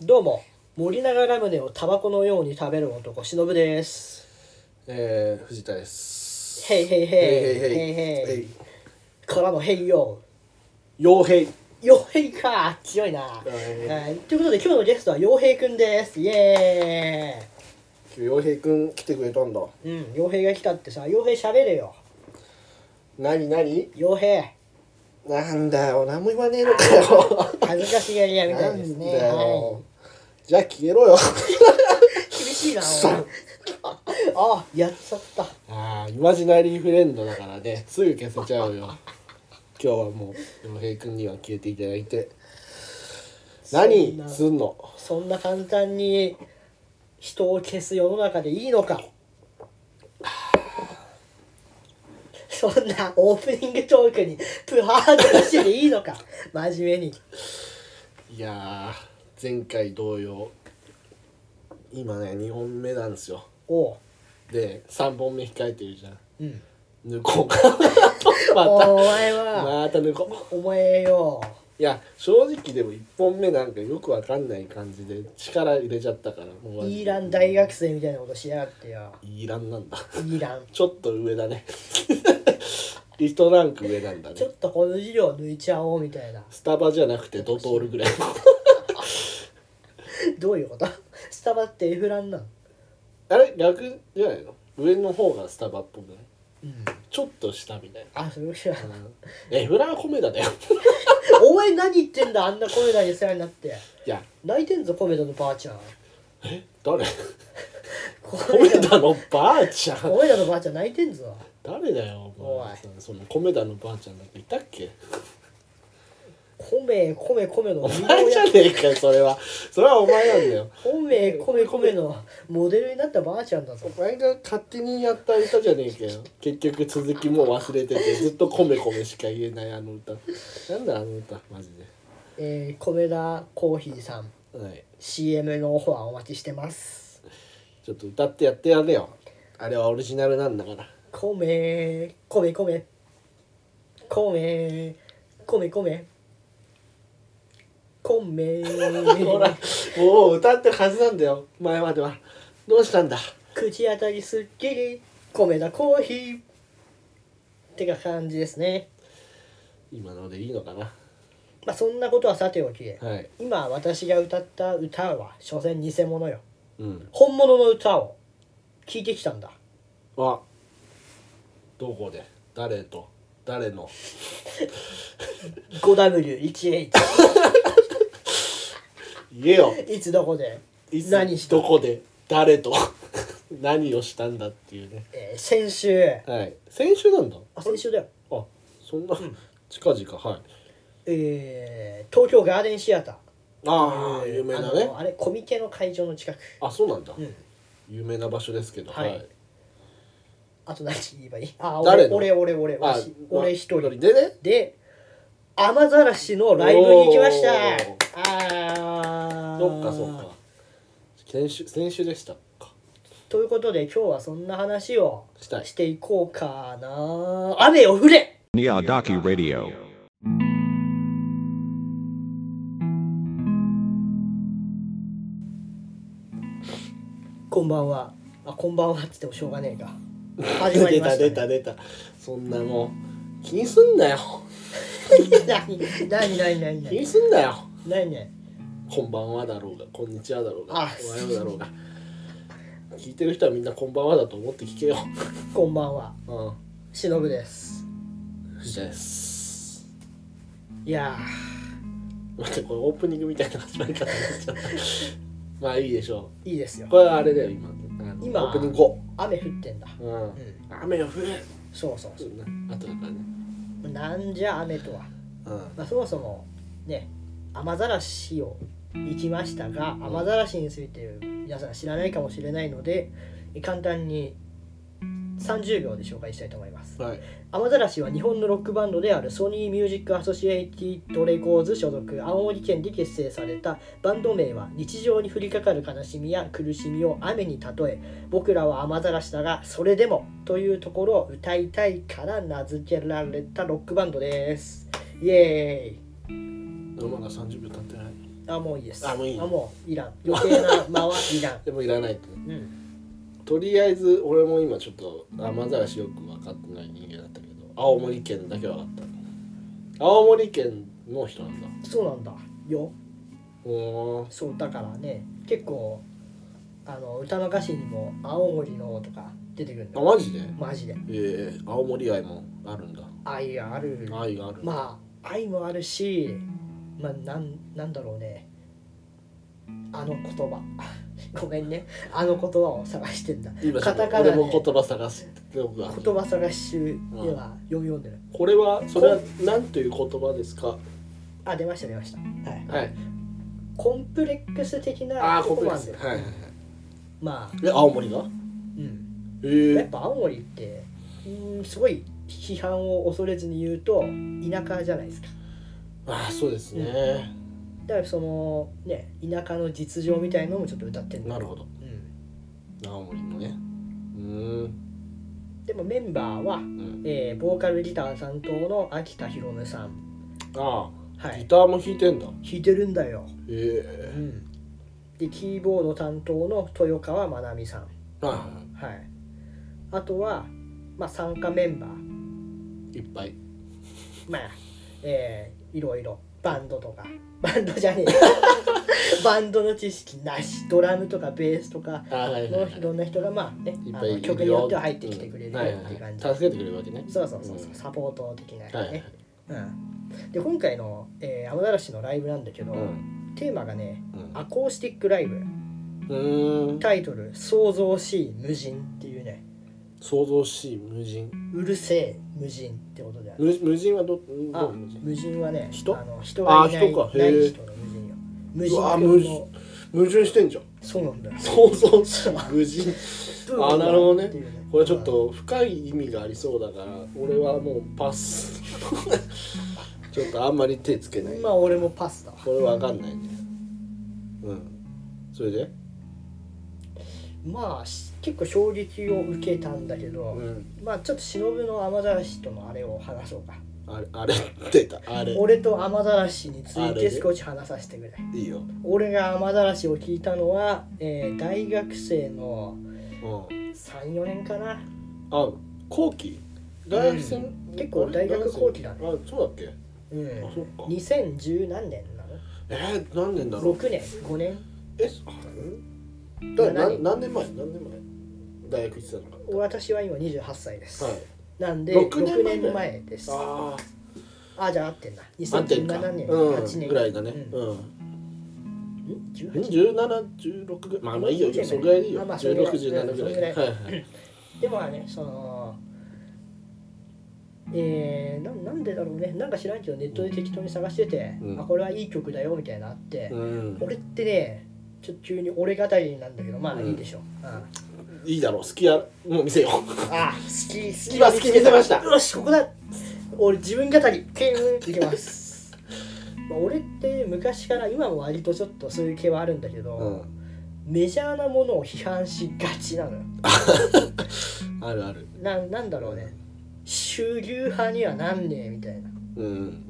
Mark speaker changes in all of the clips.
Speaker 1: どうも森永ラムネをタバコのように食べる男しのぶです
Speaker 2: えー、藤田です。
Speaker 1: へいへいへい
Speaker 2: へい
Speaker 1: へいへい
Speaker 2: へいへい。
Speaker 1: からの「へいよ
Speaker 2: 傭兵。
Speaker 1: 傭兵か強いな、
Speaker 2: い
Speaker 1: はい、ということで今日のゲストは傭兵くんですイエ
Speaker 2: 今日傭兵くん来てくれたんだ。
Speaker 1: ーイうん傭兵が来たってさ傭兵しゃべれよ
Speaker 2: なになに
Speaker 1: 傭兵
Speaker 2: なんだよ、何も言わねえのかよ。
Speaker 1: 恥ずかしがり屋みた
Speaker 2: ない
Speaker 1: です
Speaker 2: ん
Speaker 1: ね
Speaker 2: だ
Speaker 1: は
Speaker 2: よ。じゃあ消えろ よ。
Speaker 1: い厳しいな
Speaker 2: さ
Speaker 1: おいあやっちゃった
Speaker 2: ああ、イマジナリーフレンドだからね、すぐ消せちゃうよ。今日はもう、傭兵くんには消えていただいて。何
Speaker 1: そんな
Speaker 2: すんの
Speaker 1: そんな簡単に人を消す世の中でいいのかそんなオープニングトークにプハードしてでいいのか真面目に
Speaker 2: いやー、前回同様。今ね、2本目なんですよ。
Speaker 1: おう、
Speaker 2: で、3本目控えてるじゃん。
Speaker 1: うん、
Speaker 2: 抜こうかま
Speaker 1: お前
Speaker 2: た
Speaker 1: は
Speaker 2: また抜こう
Speaker 1: お前よ
Speaker 2: いや正直でも1本目なんかよくわかんない感じで力入れちゃったからもう
Speaker 1: イーラン大学生みたいなことしやがってよ
Speaker 2: イーランなんだ
Speaker 1: イーラン
Speaker 2: ちょっと上だね リトランク上なんだね
Speaker 1: ちょっとこの授業抜いちゃおうみたいな
Speaker 2: スタバじゃなくてドトール ぐらい
Speaker 1: どういうことスタバってエフランなの
Speaker 2: あれ逆じゃないの上の方がスタバっぽくない
Speaker 1: うん
Speaker 2: ちょっと下みたいな
Speaker 1: あそういうことや
Speaker 2: えフランコメダだよ
Speaker 1: お前何言ってんだあんなコメダに世話になって
Speaker 2: いや
Speaker 1: 泣いてんぞコメダのばあちゃん
Speaker 2: 誰コ
Speaker 1: コ
Speaker 2: メダのばあちゃん
Speaker 1: コメダのばあちゃん泣いてんぞ
Speaker 2: 誰だよお前さそのコメダのばあちゃんなんかいたっけ
Speaker 1: 米米米の
Speaker 2: お 前じゃねえかよそれはそれはお前なんだよ
Speaker 1: 米米米のモデルになったばあちゃんだぞ
Speaker 2: お前が勝手にやった歌じゃねえかよ結局続きもう忘れててずっとコメコメしか言えないあの歌なんだあの歌マジで
Speaker 1: えー、米田コーヒーさん
Speaker 2: はい
Speaker 1: CM のオファーお待ちしてます
Speaker 2: ちょっと歌ってやってやれよあれはオリジナルなんだから
Speaker 1: 米米米米米米
Speaker 2: ほ
Speaker 1: 米
Speaker 2: らもう歌ってるはずなんだよ前まではどうしたんだ
Speaker 1: 口当たりすっきり米田コーヒーってか感じですね
Speaker 2: 今のでいいのかな
Speaker 1: まあそんなことはさておき、
Speaker 2: はい
Speaker 1: 今私が歌った歌は所詮偽物よ
Speaker 2: うん
Speaker 1: 本物の歌を聴いてきたんだ
Speaker 2: あどこで誰と誰の
Speaker 1: 5W1H
Speaker 2: 言えよ
Speaker 1: いつどこで、
Speaker 2: いつ
Speaker 1: 何した
Speaker 2: どこで誰と 何をしたんだっていうね
Speaker 1: えー先週
Speaker 2: はい先週なんだ
Speaker 1: あ先週だよ、
Speaker 2: あそんな、近々はい
Speaker 1: えー東京ガーデンシアター
Speaker 2: ああ有名な
Speaker 1: あ
Speaker 2: ね
Speaker 1: のあれコミケの会場の近く
Speaker 2: あそうなんだ、
Speaker 1: うん
Speaker 2: 有名な場所ですけど
Speaker 1: は
Speaker 2: はいい、
Speaker 1: あと何言えばいいあ
Speaker 2: 誰の
Speaker 1: 俺俺俺
Speaker 2: あ
Speaker 1: 俺俺一人
Speaker 2: でね
Speaker 1: で雨ざらしのライブに行きました
Speaker 2: おー
Speaker 1: あー
Speaker 2: そっかそっか先週先週でしたか
Speaker 1: ということで今日はそんな話を
Speaker 2: したい
Speaker 1: していこうかな雨よ降れ
Speaker 3: Niyadaki Radio.
Speaker 1: こんばんはあこんばんはって言ってもしょうがねえか始まり
Speaker 2: 出
Speaker 1: ま
Speaker 2: た
Speaker 1: し
Speaker 2: 出
Speaker 1: た,、
Speaker 2: た出たそんなもう気にすんなよ
Speaker 1: 何何何何
Speaker 2: 気に
Speaker 1: 何
Speaker 2: すんなよ
Speaker 1: 何何
Speaker 2: こんばんはだろうがこんにちはだろうがお
Speaker 1: あ
Speaker 2: はようだろうが聞いてる人はみんなこんばんはだと思って聞けよ
Speaker 1: こんばんは
Speaker 2: うん
Speaker 1: しのぶです
Speaker 2: 藤田です
Speaker 1: いや
Speaker 2: 待ってこれオープニングみたいな始まり方になっちゃったまあいいでしょ
Speaker 1: ーいいですよ
Speaker 2: うこれはあれだよ今あの
Speaker 1: 今
Speaker 2: オープニング後
Speaker 1: 雨降ってんだ
Speaker 2: うん、
Speaker 1: ん
Speaker 2: 雨が降る
Speaker 1: そうそうそ
Speaker 2: あとだからね
Speaker 1: うなんじゃ雨とは、
Speaker 2: うん
Speaker 1: まあ、そもそもね雨ざらしを行きましたが雨ざらしについて皆さん知らないかもしれないので簡単に30秒で紹介したいと思います
Speaker 2: はい
Speaker 1: アマザラシは日本のロックバンドであるソニーミュージックアソシエイティドレコーズ所属青森県で結成されたバンド名は日常に降りかかる悲しみや苦しみを雨に例え僕らはアマザラシだがそれでもというところを歌いたいから名付けられたロックバンドですイエーイ
Speaker 2: まだ30秒経ってない
Speaker 1: あもういいです
Speaker 2: あもういい
Speaker 1: あもういらん余計な間はいらん
Speaker 2: でもいらないと
Speaker 1: うん
Speaker 2: とりあえず俺も今ちょっと雨ざらしよく分かってない人間だったけど青森県だけ分かった青森県の人なんだ
Speaker 1: そうなんだよ
Speaker 2: おー
Speaker 1: そうだからね結構あの歌の歌詞にも「青森の」とか出てくるんだ
Speaker 2: あ
Speaker 1: よ
Speaker 2: マジで
Speaker 1: マジで
Speaker 2: ええ青森愛もあるんだ
Speaker 1: 愛がある
Speaker 2: 愛がある
Speaker 1: まあ愛もあるしまあなんなんだろうねあの言葉 ごめんねあの言葉を探してんだ
Speaker 2: 今ちょ
Speaker 1: カ
Speaker 2: っと
Speaker 1: タカナで
Speaker 2: 俺も言葉探しておくわ
Speaker 1: 言葉探し中では読み読んでる
Speaker 2: これはそれは何という言葉ですか
Speaker 1: あ出ました出ましたはい
Speaker 2: はい
Speaker 1: コンプレックス的
Speaker 2: あ
Speaker 1: な
Speaker 2: あ
Speaker 1: こ
Speaker 2: ことこ
Speaker 1: な
Speaker 2: で
Speaker 1: ん
Speaker 2: す
Speaker 1: だよ
Speaker 2: はいはいはい
Speaker 1: まあ
Speaker 2: え青森が
Speaker 1: うん
Speaker 2: ええ
Speaker 1: やっぱ青森ってうんすごい批判を恐れずに言うと田舎じゃないですか
Speaker 2: ああそうですね、
Speaker 1: だからそのね田舎の実情みたいのもちょっと歌ってんだ
Speaker 2: なるほど
Speaker 1: うん、
Speaker 2: 青森のねうーん
Speaker 1: でもメンバーは
Speaker 2: うん
Speaker 1: えーボーカルギター担当の秋田博夢さん、
Speaker 2: あ
Speaker 1: は
Speaker 2: あギ
Speaker 1: い、
Speaker 2: ターも弾いてんだ
Speaker 1: 弾いてるんだよ、
Speaker 2: ええ
Speaker 1: でキーボード担当の豊川まなみさん、
Speaker 2: はいはいは
Speaker 1: はい、あとは、まあ、参加メンバー、
Speaker 2: いいっぱい
Speaker 1: まあえーいろいろバンドとかバンドじゃねえ バンドの知識なしドラムとかベースとか
Speaker 2: ああはいはい
Speaker 1: の
Speaker 2: はい
Speaker 1: いろんな人がまあね
Speaker 2: いっ
Speaker 1: あ
Speaker 2: ぱい
Speaker 1: の
Speaker 2: いるよ
Speaker 1: 曲によっては入ってきてくれる
Speaker 2: うん
Speaker 1: よ
Speaker 2: はい
Speaker 1: っていう
Speaker 2: は
Speaker 1: 感
Speaker 2: い
Speaker 1: じ、
Speaker 2: 助けてくれるわけね
Speaker 1: そうそうそうそう、
Speaker 2: うん
Speaker 1: サポート的な人ね、
Speaker 2: はいはい
Speaker 1: うん、で今回の「えー、アマダラシ」のライブなんだけど、
Speaker 2: うん
Speaker 1: テーマがね
Speaker 2: うん
Speaker 1: アコースティックライブ
Speaker 2: うーん
Speaker 1: タイトル「創造しい無人」っていうね
Speaker 2: 想像しい無人
Speaker 1: うるせえ無人ってことである
Speaker 2: 無無人はどど
Speaker 1: あ
Speaker 2: の無人
Speaker 1: 無人はね
Speaker 2: 人
Speaker 1: あの人がいない
Speaker 2: あ人かへえ
Speaker 1: ない人の無人よ無人
Speaker 2: うわ
Speaker 1: っていうのも
Speaker 2: 矛盾してんじゃん
Speaker 1: そうなんだよ
Speaker 2: 想像しい無人あなるほどね
Speaker 1: っていうね
Speaker 2: これちょっと深い意味がありそうだから俺はもうパス ちょっとあんまり手つけない
Speaker 1: まあ俺もパスだわ
Speaker 2: これわかんないねうんそれで
Speaker 1: まあし結構衝撃を受けたんだけど、
Speaker 2: ん
Speaker 1: まあちょっと忍の雨ざらしとのあれを話そうか
Speaker 2: あれあれ出たあれ
Speaker 1: 俺と雨ざらしにつ
Speaker 2: あ
Speaker 1: い
Speaker 2: れ
Speaker 1: て
Speaker 2: ね
Speaker 1: 少し話させてくれ
Speaker 2: いいよ、
Speaker 1: 俺が雨ざらしを聞いたのは、えー大学生の
Speaker 2: うん、
Speaker 1: 34年かな
Speaker 2: あ後期大学生、
Speaker 1: ん結構大学後期だね
Speaker 2: あそうだっけ
Speaker 1: うん
Speaker 2: あそっか
Speaker 1: 2010何年なの
Speaker 2: えー、何年だろう
Speaker 1: 6年5年
Speaker 2: えそうんだな
Speaker 1: 何
Speaker 2: 何年前何年前大学行ってたのか
Speaker 1: 私は今28歳です、
Speaker 2: はい
Speaker 1: なんで
Speaker 2: 六
Speaker 1: 6,
Speaker 2: 年前
Speaker 1: 年前ですあ
Speaker 2: あ
Speaker 1: じゃあ合ってんな
Speaker 2: あ合ってんか
Speaker 1: 2017年、8
Speaker 2: うん
Speaker 1: 年
Speaker 2: ぐらいだね
Speaker 1: うん
Speaker 2: うん
Speaker 1: ん18
Speaker 2: 1716ぐらいまあまあいいよいいよそれぐらいでいいよ、
Speaker 1: まあまあそれぐらい
Speaker 2: 1617ぐらい
Speaker 1: うんそれ
Speaker 2: はいはい
Speaker 1: でもまあねそのえー、ななんでだろうねなんか知らんけどネットで適当に探してて、
Speaker 2: うん
Speaker 1: あこれはいい曲だよみたいなのあって、
Speaker 2: うん
Speaker 1: 俺ってねちょっと急に俺語りなんだけどまあいいでしょ、うんあ
Speaker 2: いいだろう好きやもう見せよう
Speaker 1: あ好き好
Speaker 2: きは好き見せました
Speaker 1: よしここだ俺自分語りピューンいきます まあ俺って昔から今も割とちょっとそういう系はあるんだけど、
Speaker 2: うん
Speaker 1: メジャーなものを批判しがちなのよ
Speaker 2: あるある
Speaker 1: ななんだろうね主流派にはなんねえみたいな
Speaker 2: うん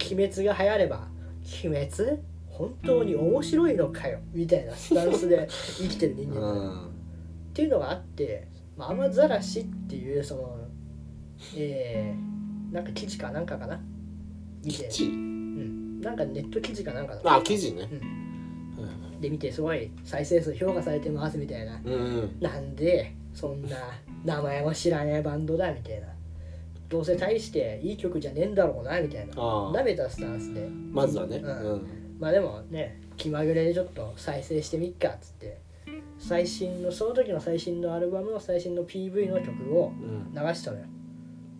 Speaker 1: 鬼滅が流行れば「鬼滅本当に面白いのかよ」みたいなスタンスで生きてる人
Speaker 2: う
Speaker 1: 間、っ
Speaker 2: ん
Speaker 1: ていうのがあって「まあ、雨ざらし」っていうそのえー、なんか記事かなんかかな見て
Speaker 2: 記、事
Speaker 1: うん、なんかネット記事かなんかだ
Speaker 2: あ記事ね
Speaker 1: うん、で見てすごい再生数評価されてますみたいな
Speaker 2: うんうん
Speaker 1: なんでそんな名前も知らないバンドだみたいなどうせ大していい曲じゃねえんだろうなみたいな
Speaker 2: あ
Speaker 1: な
Speaker 2: あ
Speaker 1: めたスタンスで
Speaker 2: まずはね
Speaker 1: う
Speaker 2: うんん
Speaker 1: まあでもね気まぐれでちょっと再生してみっかっつって最新のその時の最新のアルバムの最新の PV の曲を
Speaker 2: うん
Speaker 1: 流したのよ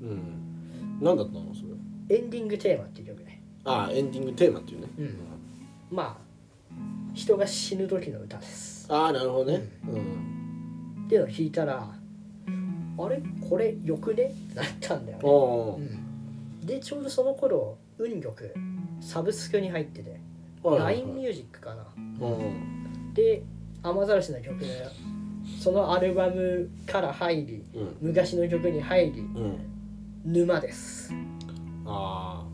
Speaker 2: うん何だったのそれ
Speaker 1: エンディングテーマっていう曲ね
Speaker 2: ああエンディングテーマっていうね
Speaker 1: うんまあ人が死ぬ時の歌です
Speaker 2: ああなるほどねうん
Speaker 1: っていうのを弾いたらあれこれよくねってなったんだよね
Speaker 2: お
Speaker 1: でちょうどその頃運力サブスクに入ってて
Speaker 2: お
Speaker 1: LINE ミュージックかな
Speaker 2: うん
Speaker 1: で雨ざらしの曲でそのアルバムから入り
Speaker 2: うん
Speaker 1: 昔の曲に入り
Speaker 2: うん
Speaker 1: 沼です
Speaker 2: ああ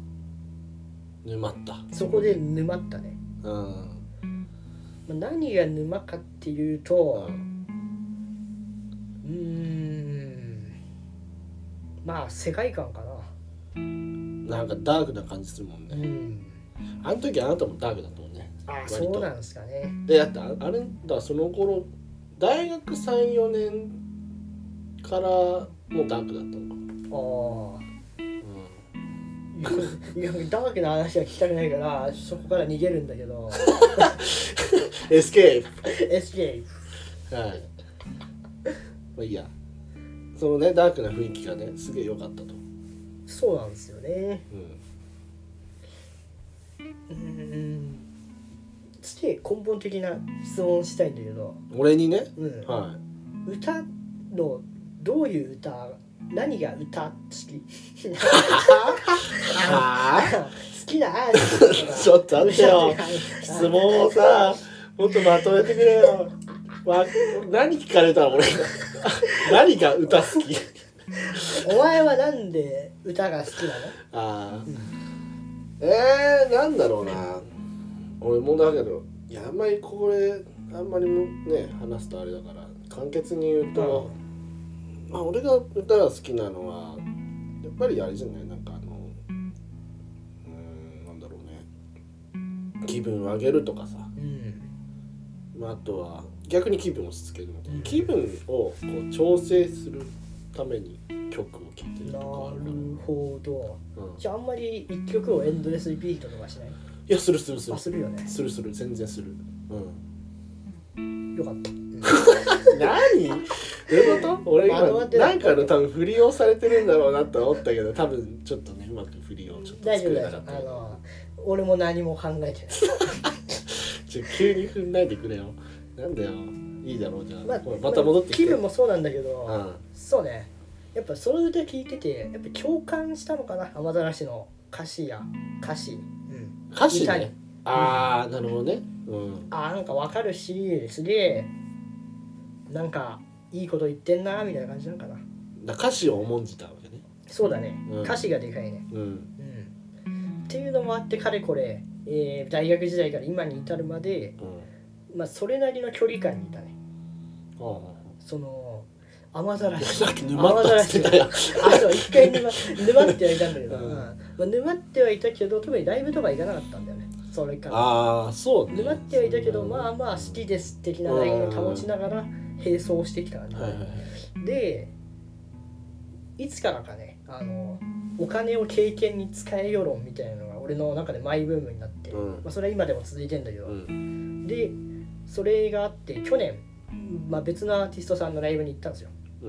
Speaker 2: 沼った
Speaker 1: そこで沼ったね、
Speaker 2: うん
Speaker 1: まあ、何が沼かっていう
Speaker 2: う
Speaker 1: と
Speaker 2: ん
Speaker 1: うーんまあ世界観かな
Speaker 2: なんかダークな感じするもん
Speaker 1: う
Speaker 2: ね
Speaker 1: ん
Speaker 2: あの時あなたもダークだったもんね
Speaker 1: ああ
Speaker 2: 割と
Speaker 1: そうなんですかね
Speaker 2: でだってああれだその頃大学34年からもうダークだったのか
Speaker 1: ああ いやダークな話は聞きたくないからそこから逃げるんだけど
Speaker 2: エスケープ
Speaker 1: エスケープ
Speaker 2: はい。まあいいや。そのね、ダークな雰囲気がね、すげえ良かったと。
Speaker 1: そうなんですよね
Speaker 2: うん。
Speaker 1: うーんすげえ根本的な質問をしたいんだけど、
Speaker 2: 俺にね、
Speaker 1: うん
Speaker 2: は
Speaker 1: 歌のどういう歌何が歌好き
Speaker 2: い。は
Speaker 1: 好きなアーティストとか
Speaker 2: ちょっと待ってよ質問をさ、もっとまとめてくれよ。わ何聞かれたの俺 何が歌好き
Speaker 1: お前はなんで歌が好きなの
Speaker 2: ああえー、なんだろうな俺もだけどいやあんまりこれあんまりもね話すとあれだから簡潔に言うと、まあ、俺が歌が好きなのはやっぱりあれじゃないなんかあのうーんなんだろうね気分を上げるとかさ、
Speaker 1: うん
Speaker 2: まあ、あとは逆に気分を落ち着けるみたいな
Speaker 1: うん
Speaker 2: 気分をこう調整するために曲を聴いてる
Speaker 1: な
Speaker 2: とかあるか
Speaker 1: るほど
Speaker 2: ら、うん、い
Speaker 1: じゃああんまり一曲をエンドレスリピートとかしない
Speaker 2: やするするする
Speaker 1: あするよね
Speaker 2: するする全然する うん
Speaker 1: よかったうん
Speaker 2: 何どういうこと俺
Speaker 1: まとま
Speaker 2: 今
Speaker 1: ってな
Speaker 2: ないんかの多分振りをされてるんだろうなと思ったけど多分ちょっとねうまく振りをちょっと
Speaker 1: 大丈夫
Speaker 2: 作れな
Speaker 1: 大
Speaker 2: か
Speaker 1: 丈
Speaker 2: っ
Speaker 1: 夫
Speaker 2: た
Speaker 1: あの俺も何も考えてない
Speaker 2: ちょ急に踏んないでくれよなんだよいいだろうじゃあ、
Speaker 1: まあ
Speaker 2: ほらまた戻ってきて
Speaker 1: 気分もそうなんだけど、
Speaker 2: うん
Speaker 1: そうねやっぱその歌聞いててやっぱ共感したのかな雨ざらしの歌詞や歌詞、うん、
Speaker 2: 歌詞
Speaker 1: 歌に
Speaker 2: ねああなるほどねうん
Speaker 1: あーなんかわかるしすげえなんかいいこと言ってんなみたいな感じなのかな
Speaker 2: だ歌詞を重んじたわけね
Speaker 1: そうだね、
Speaker 2: うん
Speaker 1: 歌詞がでかいね、
Speaker 2: うん
Speaker 1: うん、っていうのもあってかれこれ、えー大学時代から今に至るまで、
Speaker 2: うん
Speaker 1: まあ、それなりの距離感にいたね
Speaker 2: あ
Speaker 1: その雨ざら
Speaker 2: あ
Speaker 1: し
Speaker 2: さっき沼ったっつってたよ
Speaker 1: あそう一回沼沼ってはいたんだけど、
Speaker 2: うん
Speaker 1: うんまあ、沼ってはいたけど特にライブとか行かなかったんだよねそれから
Speaker 2: ああそうね
Speaker 1: 沼ってはいたけどまあまあ好きです的なラインを保ちながら並走してきた感じ、
Speaker 2: はいはいはい
Speaker 1: でいつからかねあのお金を経験に使えよ論みたいなのが俺の中でマイブームになって、
Speaker 2: うん
Speaker 1: まあ、それは今でも続いてんだけど、
Speaker 2: うん
Speaker 1: でそれがあって去年、まあ、別のアーティストさんのライブに行ったんですよ
Speaker 2: う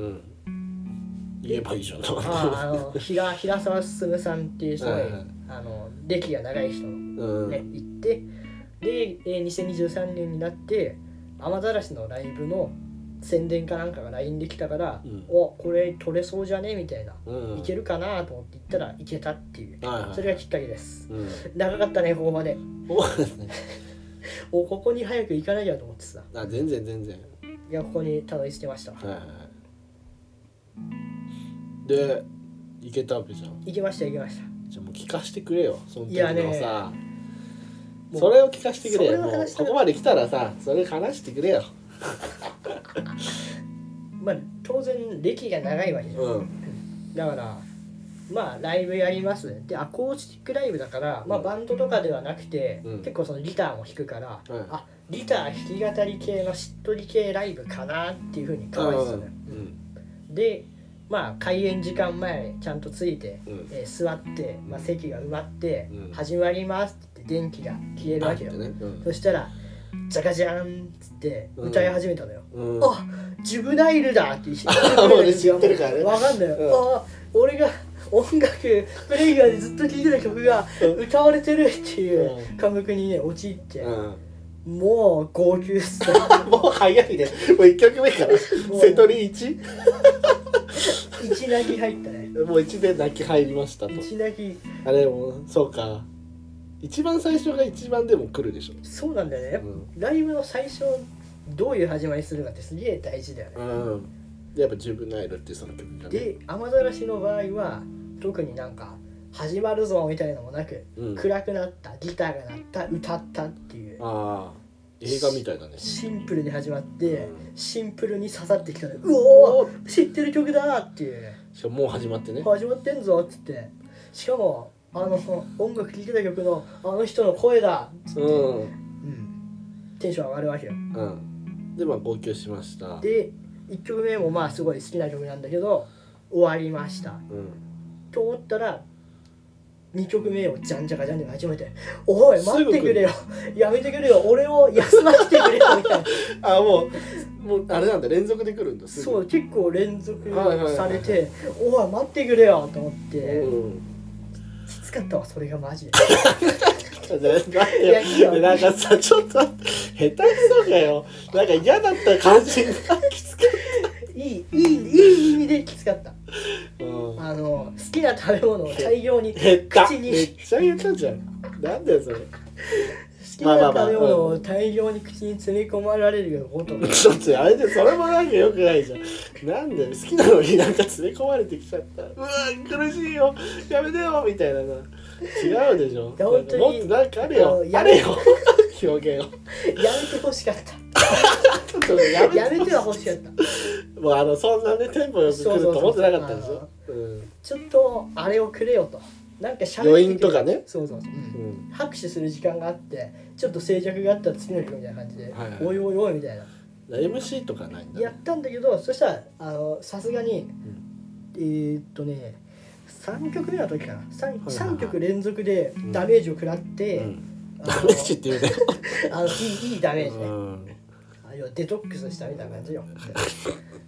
Speaker 2: ん言えばいいじゃん
Speaker 1: あああの平平沢進さんっていう人が、
Speaker 2: はいはい
Speaker 1: あの歴が長い人の
Speaker 2: うん
Speaker 1: ね、行ってで、えー2023年になって雨ざらしのライブの宣伝かなんかが LINE できたから、
Speaker 2: うん
Speaker 1: おこれ取れそうじゃねみたいな、
Speaker 2: うん
Speaker 1: いけるかなと思って行ったらいけたっていう、
Speaker 2: はいはい
Speaker 1: それがきっかけです
Speaker 2: うん
Speaker 1: 長かったねここまで
Speaker 2: おね
Speaker 1: おここに早く行かなきゃと思ってさ
Speaker 2: あ全然全然
Speaker 1: いやここにたどり着けました
Speaker 2: はいはいはいでいけたわけじゃん
Speaker 1: 行きました行きました
Speaker 2: じゃあもう聞かせてくれよその時
Speaker 1: いや
Speaker 2: の
Speaker 1: ね
Speaker 2: さ
Speaker 1: もう
Speaker 2: それを聞かせてくれ
Speaker 1: それ
Speaker 2: よ
Speaker 1: を
Speaker 2: も
Speaker 1: 話したか
Speaker 2: うこ
Speaker 1: った
Speaker 2: こまで来たらさそれ話してくれよ
Speaker 1: まあ当然歴が長いわけじゃん
Speaker 2: うん
Speaker 1: だからまあライブやりますでアコースティックライブだから、まあ、バンドとかではなくて、
Speaker 2: うん
Speaker 1: 結構そのギターも弾くから、
Speaker 2: うん
Speaker 1: あギター弾き語り系のしっとり系ライブかなっていうふうに考えてたのよ、
Speaker 2: うん
Speaker 1: でまあ開演時間前ちゃんとついて、
Speaker 2: うん
Speaker 1: えー座って、まあ、席が埋まって、
Speaker 2: うん
Speaker 1: 始まりますって電気が消えるわけよ、
Speaker 2: あってねうん
Speaker 1: そしたらジャカジャーンっつって歌い始めたのよ、
Speaker 2: うん
Speaker 1: あジュブナイルだって言って
Speaker 2: あもうね知ってるからね
Speaker 1: わかんないよ、あ俺が音楽プレイヤーでずっと聴いてた曲が歌われてるっていう
Speaker 2: うん
Speaker 1: 感覚にね陥って、
Speaker 2: うん
Speaker 1: もう号泣っす
Speaker 2: もう早いねもう1曲目から瀬戸り1
Speaker 1: 一泣き入ったね
Speaker 2: もう1で泣き入りましたと
Speaker 1: 一泣き
Speaker 2: あれもそうか一番最初が一番でも来るでしょ
Speaker 1: そうなんだよね、
Speaker 2: う
Speaker 1: ライブの最初どういう始まりするかってすげえ大事だよね、
Speaker 2: うんでやっぱ「ジュブナイル」っていうその曲がね
Speaker 1: で雨ざらしの場合は特になんか始まるぞみたいなのもなく、
Speaker 2: うん
Speaker 1: 暗くなったギターが鳴った歌ったっていう
Speaker 2: ああ映画みたいだね
Speaker 1: シンプルに始まって
Speaker 2: う
Speaker 1: シンプルに刺さってきたのうお
Speaker 2: お
Speaker 1: ー知ってる曲だーっていう
Speaker 2: しかももう始まってね
Speaker 1: 始まってんぞっつってしかもあの音楽聴いてた曲のあの人の声だっつって、
Speaker 2: うん
Speaker 1: うんテンション上がるわけよ
Speaker 2: うんでまあ号泣しました
Speaker 1: で1曲目もまあすごい好きな曲なんだけど終わりました
Speaker 2: うん
Speaker 1: と思ったら2曲目をじゃんじゃかじゃんで始めて「おい
Speaker 2: すぐ来
Speaker 1: 待
Speaker 2: る
Speaker 1: ってくれよやめてくれよ俺を休ませてくれよ」みたいな
Speaker 2: あもうもうあれなんだ連続で来るんだすぐ
Speaker 1: そう結構連続
Speaker 2: はいはいはい
Speaker 1: されて「おい待ってくれよ」と思っ
Speaker 2: う
Speaker 1: て
Speaker 2: ん
Speaker 1: きつかったわそれがマジで いやいい
Speaker 2: い
Speaker 1: よ
Speaker 2: やなんかさちょっと待って下手くそかよなんか嫌だった感じがきつか
Speaker 1: いいいいいい意味できつかった
Speaker 2: った、うん
Speaker 1: あの好きな食べ物を大量に
Speaker 2: 減った
Speaker 1: 口に
Speaker 2: めっちゃ減ったじゃんなんだよそれ
Speaker 1: 好きな食べ物を大量に口に詰め込まれることが
Speaker 2: ちょっとあれでそれもなんかよくないじゃんなんで好きなのになんか詰め込まれてきちゃったうわ苦しいよやめてよみたいなな違うでしょ
Speaker 1: いや本当に
Speaker 2: もっとなんかあれ
Speaker 1: あ
Speaker 2: よ
Speaker 1: のや
Speaker 2: や
Speaker 1: め
Speaker 2: れよ表現を
Speaker 1: やめてほしかった
Speaker 2: ちょっとやめ
Speaker 1: や
Speaker 2: て
Speaker 1: めてはほしかった
Speaker 2: もうあのそんなねテンポよく来ると思ってなかったでし
Speaker 1: そうそう
Speaker 2: ょうん
Speaker 1: ちょっとあれをくれよとなんかしゃ
Speaker 2: 余韻とかね
Speaker 1: そうそうそう、うん
Speaker 2: うん
Speaker 1: 拍手する時間があってちょっと静寂があったら次の曲みたいな感じで、
Speaker 2: はいはい
Speaker 1: おいおいおいみたいな
Speaker 2: MC とかないんだね
Speaker 1: やったんだけどそしたらあのさすがに、えー、っとね3曲目の時かな 3,、
Speaker 2: はい
Speaker 1: 三曲連続でダメージを食らって、
Speaker 2: うん
Speaker 1: あの
Speaker 2: ダメージっていうね
Speaker 1: あのいいいいダメージね、
Speaker 2: うん
Speaker 1: あ要はデトックスしたみたいな感じよ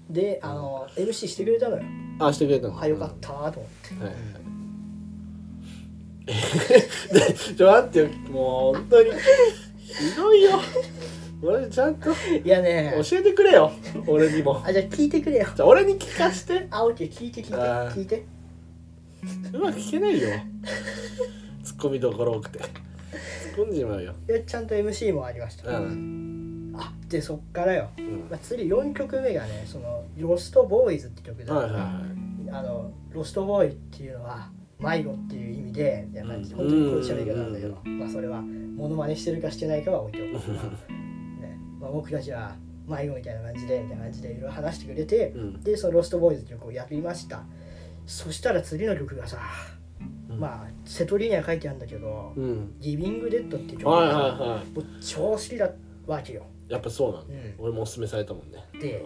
Speaker 1: であの MC してくれたのよ
Speaker 2: あしてくれたの
Speaker 1: あよかったーと思って
Speaker 2: はいはいはい。でちょ待ってよもう本当にひどいよ俺ちゃんと
Speaker 1: いやね
Speaker 2: 教えてくれよ俺にも
Speaker 1: あじゃあ聞いてくれよ
Speaker 2: じゃあ俺に聞かして
Speaker 1: あオッケー聞いて聞いて
Speaker 2: あー
Speaker 1: 聞いて
Speaker 2: うまく聞けないよツッコミどころ多くて突っ込んじまうよ
Speaker 1: いやちゃんと MC もありました、
Speaker 2: うん
Speaker 1: あでそっからよ、
Speaker 2: ん
Speaker 1: まあ、次4曲目がねその「ロストボーイズ」って曲で、
Speaker 2: はいはいは
Speaker 1: あのロストボーイっていうのは迷子っていう意味でみたいな感じで
Speaker 2: うん
Speaker 1: 本当にこういう喋り方なんだけど、まあ、それはモノマネしてるかしてないかは置いておく、ねまあ、僕たちは迷子みたいな感じでみたいな感じでいろいろ話してくれて、
Speaker 2: うん
Speaker 1: でその「ロストボーイズ」って曲をやりましたそしたら次の曲がさ、
Speaker 2: うん
Speaker 1: まあ瀬戸りには書いてあるんだけど
Speaker 2: いうん
Speaker 1: 「ギビング・デッド」っていう曲が、
Speaker 2: はいはいは
Speaker 1: もう超好きだわけよ
Speaker 2: いやっぱそうなんだ、
Speaker 1: うん
Speaker 2: 俺もおすすめされたもんね
Speaker 1: で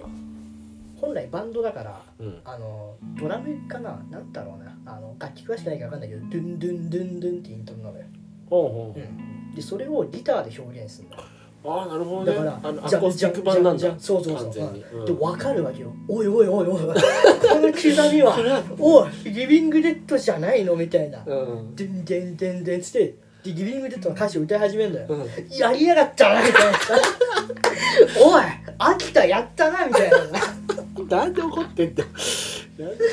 Speaker 1: 本来バンドだから
Speaker 2: うん
Speaker 1: あのドラムかななんだろうなあの楽器詳しくないから分かんないけどドゥンドゥンドゥンドゥンってイントロなのよ、
Speaker 2: ほう
Speaker 1: でそれをギターで表現するの
Speaker 2: ほうああなるほど
Speaker 1: だ
Speaker 2: ね
Speaker 1: か
Speaker 2: あの
Speaker 1: ら
Speaker 2: アコースティック版なん
Speaker 1: じゃ
Speaker 2: だ
Speaker 1: んそうそうそう
Speaker 2: 完全に、
Speaker 1: うん
Speaker 2: ん
Speaker 1: で分かるわけよおいおいおいおいこの刻み はおいリビングデッドじゃないのみたいな
Speaker 2: うん
Speaker 1: ドゥンドゥンドゥンドゥンつってでギビングデッドの歌詞を歌い始めるんだよ、
Speaker 2: うん
Speaker 1: やりやがったなみたいなおい秋田やったなみたいな
Speaker 2: なんで怒ってんだよ。 なんで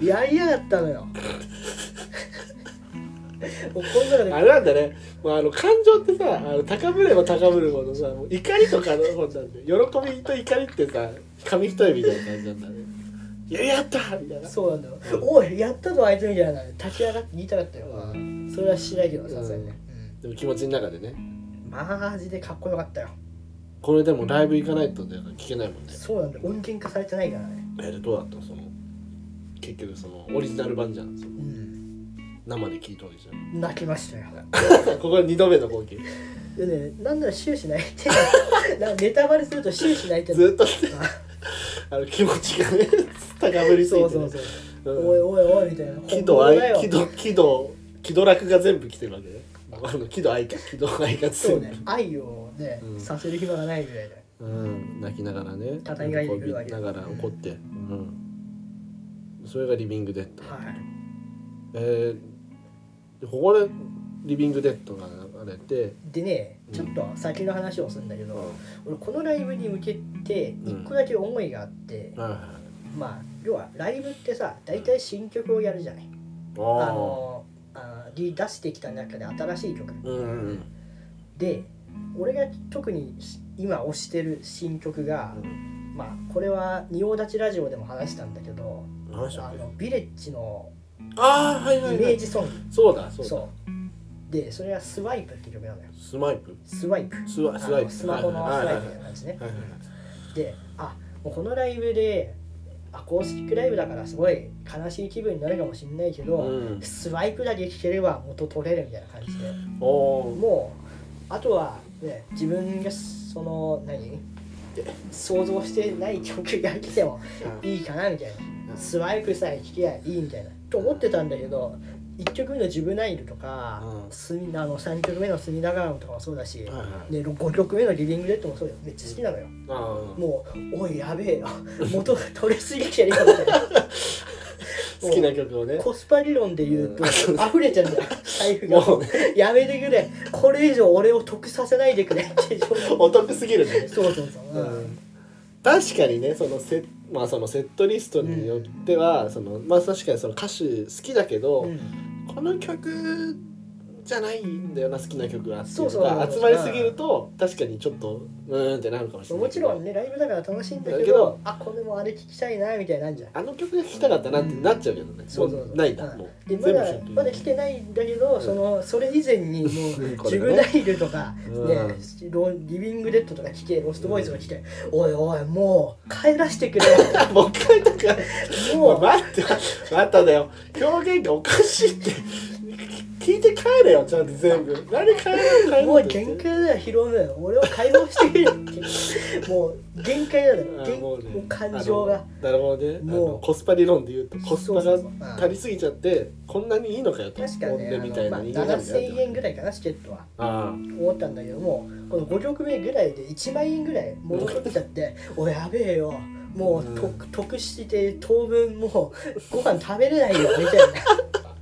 Speaker 2: ち
Speaker 1: やりやがったのよ。もうこんなの
Speaker 2: ょっとあ
Speaker 1: ね
Speaker 2: れなんだね。まああの感情ってさ、あの高ぶれば高ぶるほどさ、もう怒りとかのほんなんで、喜びと怒りってさ、紙一重みたいな感じなんだね。いややったみたいな。
Speaker 1: そうなんだよ。おい、やったぞ、あいつみたいな、立ち上がって言いたかったよ。
Speaker 2: うん
Speaker 1: それはしないけど、さすがにね。
Speaker 2: でも気持ちの中でね。
Speaker 1: うんマジでかっこよかったよ。
Speaker 2: これでもライブ行かないとね聞けないもんね。
Speaker 1: そうなんだよ、音源化されてないからね。
Speaker 2: えどうだったのその結局そのオリジナル版じゃん。その
Speaker 1: うん。
Speaker 2: 生で聞いたわけじゃん。
Speaker 1: 泣きましたよ。
Speaker 2: ここは二度目の光景。
Speaker 1: でね、なんなら終始泣いて、なネタバレすると 終始泣いて
Speaker 2: ずっ
Speaker 1: る。
Speaker 2: として あの気持ちがね高ぶりすぎ
Speaker 1: そ
Speaker 2: て、ね。
Speaker 1: うそうそう。
Speaker 2: うん
Speaker 1: おいおいおいみたいな。
Speaker 2: 喜
Speaker 1: 本
Speaker 2: 怒
Speaker 1: 物だよ
Speaker 2: 哀喜怒喜怒喜怒楽が全部来てるわけね。あの喜怒哀楽喜怒哀楽
Speaker 1: そう
Speaker 2: 全部
Speaker 1: ね、愛をね、
Speaker 2: うん
Speaker 1: させる暇がないぐらいで。
Speaker 2: うん、泣きながらね。
Speaker 1: 叩き上げてくるわけ
Speaker 2: 喜びながら怒って、うん。それがリビングデッド。
Speaker 1: はい。
Speaker 2: えー、ここでリビングデッドが流れて、
Speaker 1: でねちょっと先の話をするんだけど、俺このライブに向けて一個だけ思いがあって、
Speaker 2: はいはい。
Speaker 1: まあ要はライブってさ大体新曲をやるじゃない
Speaker 2: あ
Speaker 1: あ
Speaker 2: ー
Speaker 1: のあのリ出してきた中で新しい曲
Speaker 2: うんうん
Speaker 1: で俺が特に今推してる新曲が、
Speaker 2: うん。
Speaker 1: まあこれは仁王立ちラジオでも話したんだけど
Speaker 2: 何
Speaker 1: 「
Speaker 2: でした
Speaker 1: あ
Speaker 2: っけ
Speaker 1: のビレッジの
Speaker 2: あああはいは
Speaker 1: イ
Speaker 2: い
Speaker 1: メ
Speaker 2: は
Speaker 1: ー
Speaker 2: い
Speaker 1: ジソング
Speaker 2: そうだそうだ
Speaker 1: そうでそれはスワイプって曲なのよ
Speaker 2: スマイプ
Speaker 1: スワイプ
Speaker 2: スワ
Speaker 1: あの
Speaker 2: スワイプ
Speaker 1: スマホのス
Speaker 2: はいは
Speaker 1: ワ
Speaker 2: い
Speaker 1: イ
Speaker 2: はい
Speaker 1: プみたいな感じね
Speaker 2: はいはい
Speaker 1: であもうこのライブでアコースティックライブだからすごい悲しい気分になるかもしれないけど、
Speaker 2: うん
Speaker 1: スワイプだけ聴ければ元取れるみたいな感じで
Speaker 2: おー
Speaker 1: もうあとはね自分がその何想像してない曲が来てもいいかなみたいなスワイプさえ聴きゃいいみたいなと思ってたんだけど1曲目の「ジブナイル」とか、
Speaker 2: うん
Speaker 1: すみあの3曲目の「隅田川」とかもそうだし、
Speaker 2: はいはい
Speaker 1: で5曲目の「リビング・レッド」もそうよめっちゃ好きなのよ
Speaker 2: あー
Speaker 1: もう「おいやべえよ 元が取れすぎてるよ」みたい な
Speaker 2: 好きな曲をね
Speaker 1: コスパ理論で言うと、溢れちゃうん だよ財布が
Speaker 2: もうね
Speaker 1: やめてくれこれ以上俺を得させないでく れって状況
Speaker 2: お得すぎるね
Speaker 1: そうそうそう、う
Speaker 2: うんん確かにねそのセ,、まあ、そのセットリストによっては、そのまあ、確かにその歌手好きだけど、
Speaker 1: うん
Speaker 2: この曲じゃないんだよな好きな曲がってい
Speaker 1: そう
Speaker 2: う
Speaker 1: そ
Speaker 2: の
Speaker 1: う
Speaker 2: が集まりすぎると確かにちょっとうーんってなるかもしれない
Speaker 1: もちろん
Speaker 2: ね
Speaker 1: ねライブだから楽しいんだけど
Speaker 2: だけど
Speaker 1: あこれもあれ聞きたいなみたいなんじゃん
Speaker 2: あの曲が聴きたかったなってなっちゃうけどね、
Speaker 1: そうそうそう
Speaker 2: ないんだ、
Speaker 1: うん
Speaker 2: もう
Speaker 1: で
Speaker 2: 全
Speaker 1: ま
Speaker 2: 部
Speaker 1: だ
Speaker 2: 知ってる
Speaker 1: まだ来てないんだけど、そのそれ以前にもう
Speaker 2: こ
Speaker 1: ジ
Speaker 2: れ
Speaker 1: ブ
Speaker 2: ね
Speaker 1: ナイルとか、ね
Speaker 2: うん
Speaker 1: ロリビング・デッドとか聞けロストボーイズが来て、おいおいもう帰らしてく れ
Speaker 2: もう一回だから
Speaker 1: も
Speaker 2: も
Speaker 1: う
Speaker 2: う待ってまただよ表現がおかしいって聞いて帰れよちゃんと全部何帰れ帰れ
Speaker 1: もう限界だよ、ヒロム。俺を解放してくれって。もう限界だよ、
Speaker 2: あ
Speaker 1: 限
Speaker 2: もうね
Speaker 1: もう感情が。
Speaker 2: あのなるほどね
Speaker 1: もう
Speaker 2: あのコスパ理論で言うとコスパ
Speaker 1: そう
Speaker 2: が
Speaker 1: そうそう
Speaker 2: 足りすぎちゃってこんなにいいのかよと
Speaker 1: 確かね、
Speaker 2: こんなみたい
Speaker 1: あのま
Speaker 2: な人
Speaker 1: あ、
Speaker 2: 間なんだよ
Speaker 1: 7000円ぐらいかな、チケットは。
Speaker 2: あ
Speaker 1: 思ったんだけども、この5曲目ぐらいで1万円ぐらい戻ってきちゃって、おいやべえよ。もうと
Speaker 2: うん
Speaker 1: 得して当分もうご飯食べれないよみたい
Speaker 2: あ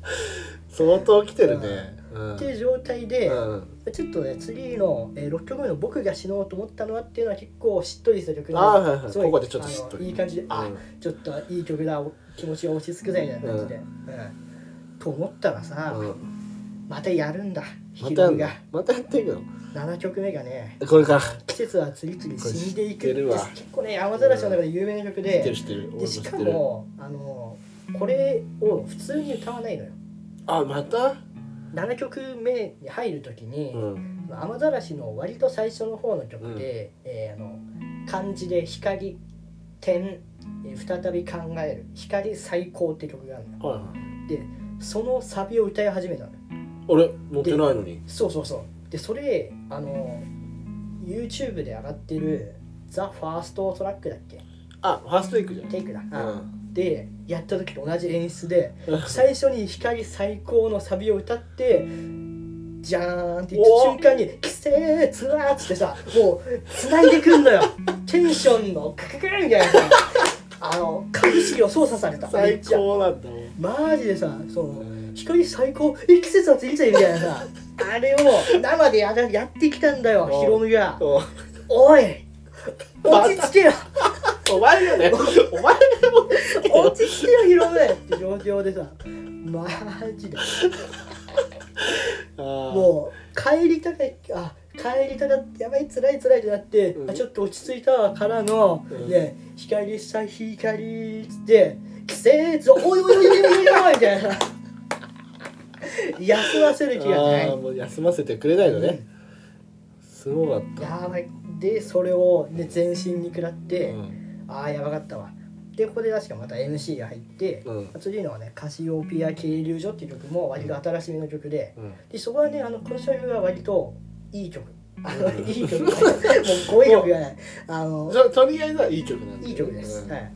Speaker 2: 相当来てるねうん
Speaker 1: なっていう状態で
Speaker 2: うん
Speaker 1: ちょっとね次の、えー、6曲目の「僕が死のうと思ったのは」っていうのは結構しっとりする曲
Speaker 2: あーはいはい
Speaker 1: すごい
Speaker 2: ここでちょっとしっと
Speaker 1: あ
Speaker 2: り
Speaker 1: のいい感じで、あ
Speaker 2: うん
Speaker 1: ちょっといい曲だお気持ちが落ち着くぜみたいな感じで、
Speaker 2: う
Speaker 1: うんと思ったらさ、
Speaker 2: うん
Speaker 1: またやるんだ
Speaker 2: ま
Speaker 1: ヒ
Speaker 2: たや
Speaker 1: ロ
Speaker 2: ん
Speaker 1: ミ
Speaker 2: の
Speaker 1: が
Speaker 2: またやっていくの
Speaker 1: 7曲目がね
Speaker 2: これから
Speaker 1: 季節は次々死んでいく
Speaker 2: これ知ってるわ
Speaker 1: 結構ね雨ざらしの中で有名な曲
Speaker 2: 知って
Speaker 1: で
Speaker 2: る知ってる
Speaker 1: で
Speaker 2: 俺も
Speaker 1: し
Speaker 2: 知っ
Speaker 1: か
Speaker 2: てる
Speaker 1: もあのこれを普通に歌わないのよ
Speaker 2: あまた
Speaker 1: 7曲目に入る時に、
Speaker 2: うん
Speaker 1: 雨ざらしの割と最初の方の曲で、えーあの漢字で「光点えー再び考える光最高」って曲があるのよ
Speaker 2: はいはい
Speaker 1: でそのサビを歌い始めたのよ
Speaker 2: 俺持ってないのに
Speaker 1: そうそうそうでそれあの YouTube で上がってる「ザ・ファーストトラックだっけ
Speaker 2: あファーストテイクじゃん
Speaker 1: テイクだ、
Speaker 2: うん
Speaker 1: でやった時と同じ演出で最初に「光最高」のサビを歌ってじゃーんって言った瞬間に「季節は」っつってさもう繋いでくん のよテンションのクククンみたいなさあの株式を操作されため
Speaker 2: 最
Speaker 1: っちゃ
Speaker 2: 高なんだもん
Speaker 1: マジでさその
Speaker 2: うん
Speaker 1: 光最高え季節は次々みたいなさあれを生でやらやってきたんだよ
Speaker 2: お
Speaker 1: ヒロムが
Speaker 2: お
Speaker 1: おい落ち着けよ
Speaker 2: お前よねお前も
Speaker 1: 落ち着けよヒロムって状況でさマジで
Speaker 2: も
Speaker 1: もう帰りたかあ帰りたかってやばい辛い辛いってなって、
Speaker 2: うん
Speaker 1: あちょっと落ち着いたわからの、
Speaker 2: うん
Speaker 1: ね光さ光っつって季節をおいおいおいおいおいおいおいみたいな休ませる気がな
Speaker 2: ああ
Speaker 1: い
Speaker 2: もう休ませてくれないのねすごかった
Speaker 1: やばいでそれを、ね、全身に食らって、
Speaker 2: うん
Speaker 1: ああやばかったわでここで確かまた MC が入って、
Speaker 2: うん
Speaker 1: 次のはね「カシオピア渓流所」っていう曲も割と新しめの曲で、
Speaker 2: うん
Speaker 1: でそこはねあのこの曲が割といい曲あの
Speaker 2: う ん
Speaker 1: いい曲もう語彙力がないあの
Speaker 2: じゃあとりあえずはいい曲なんだよね
Speaker 1: いい曲です、
Speaker 2: うん
Speaker 1: はい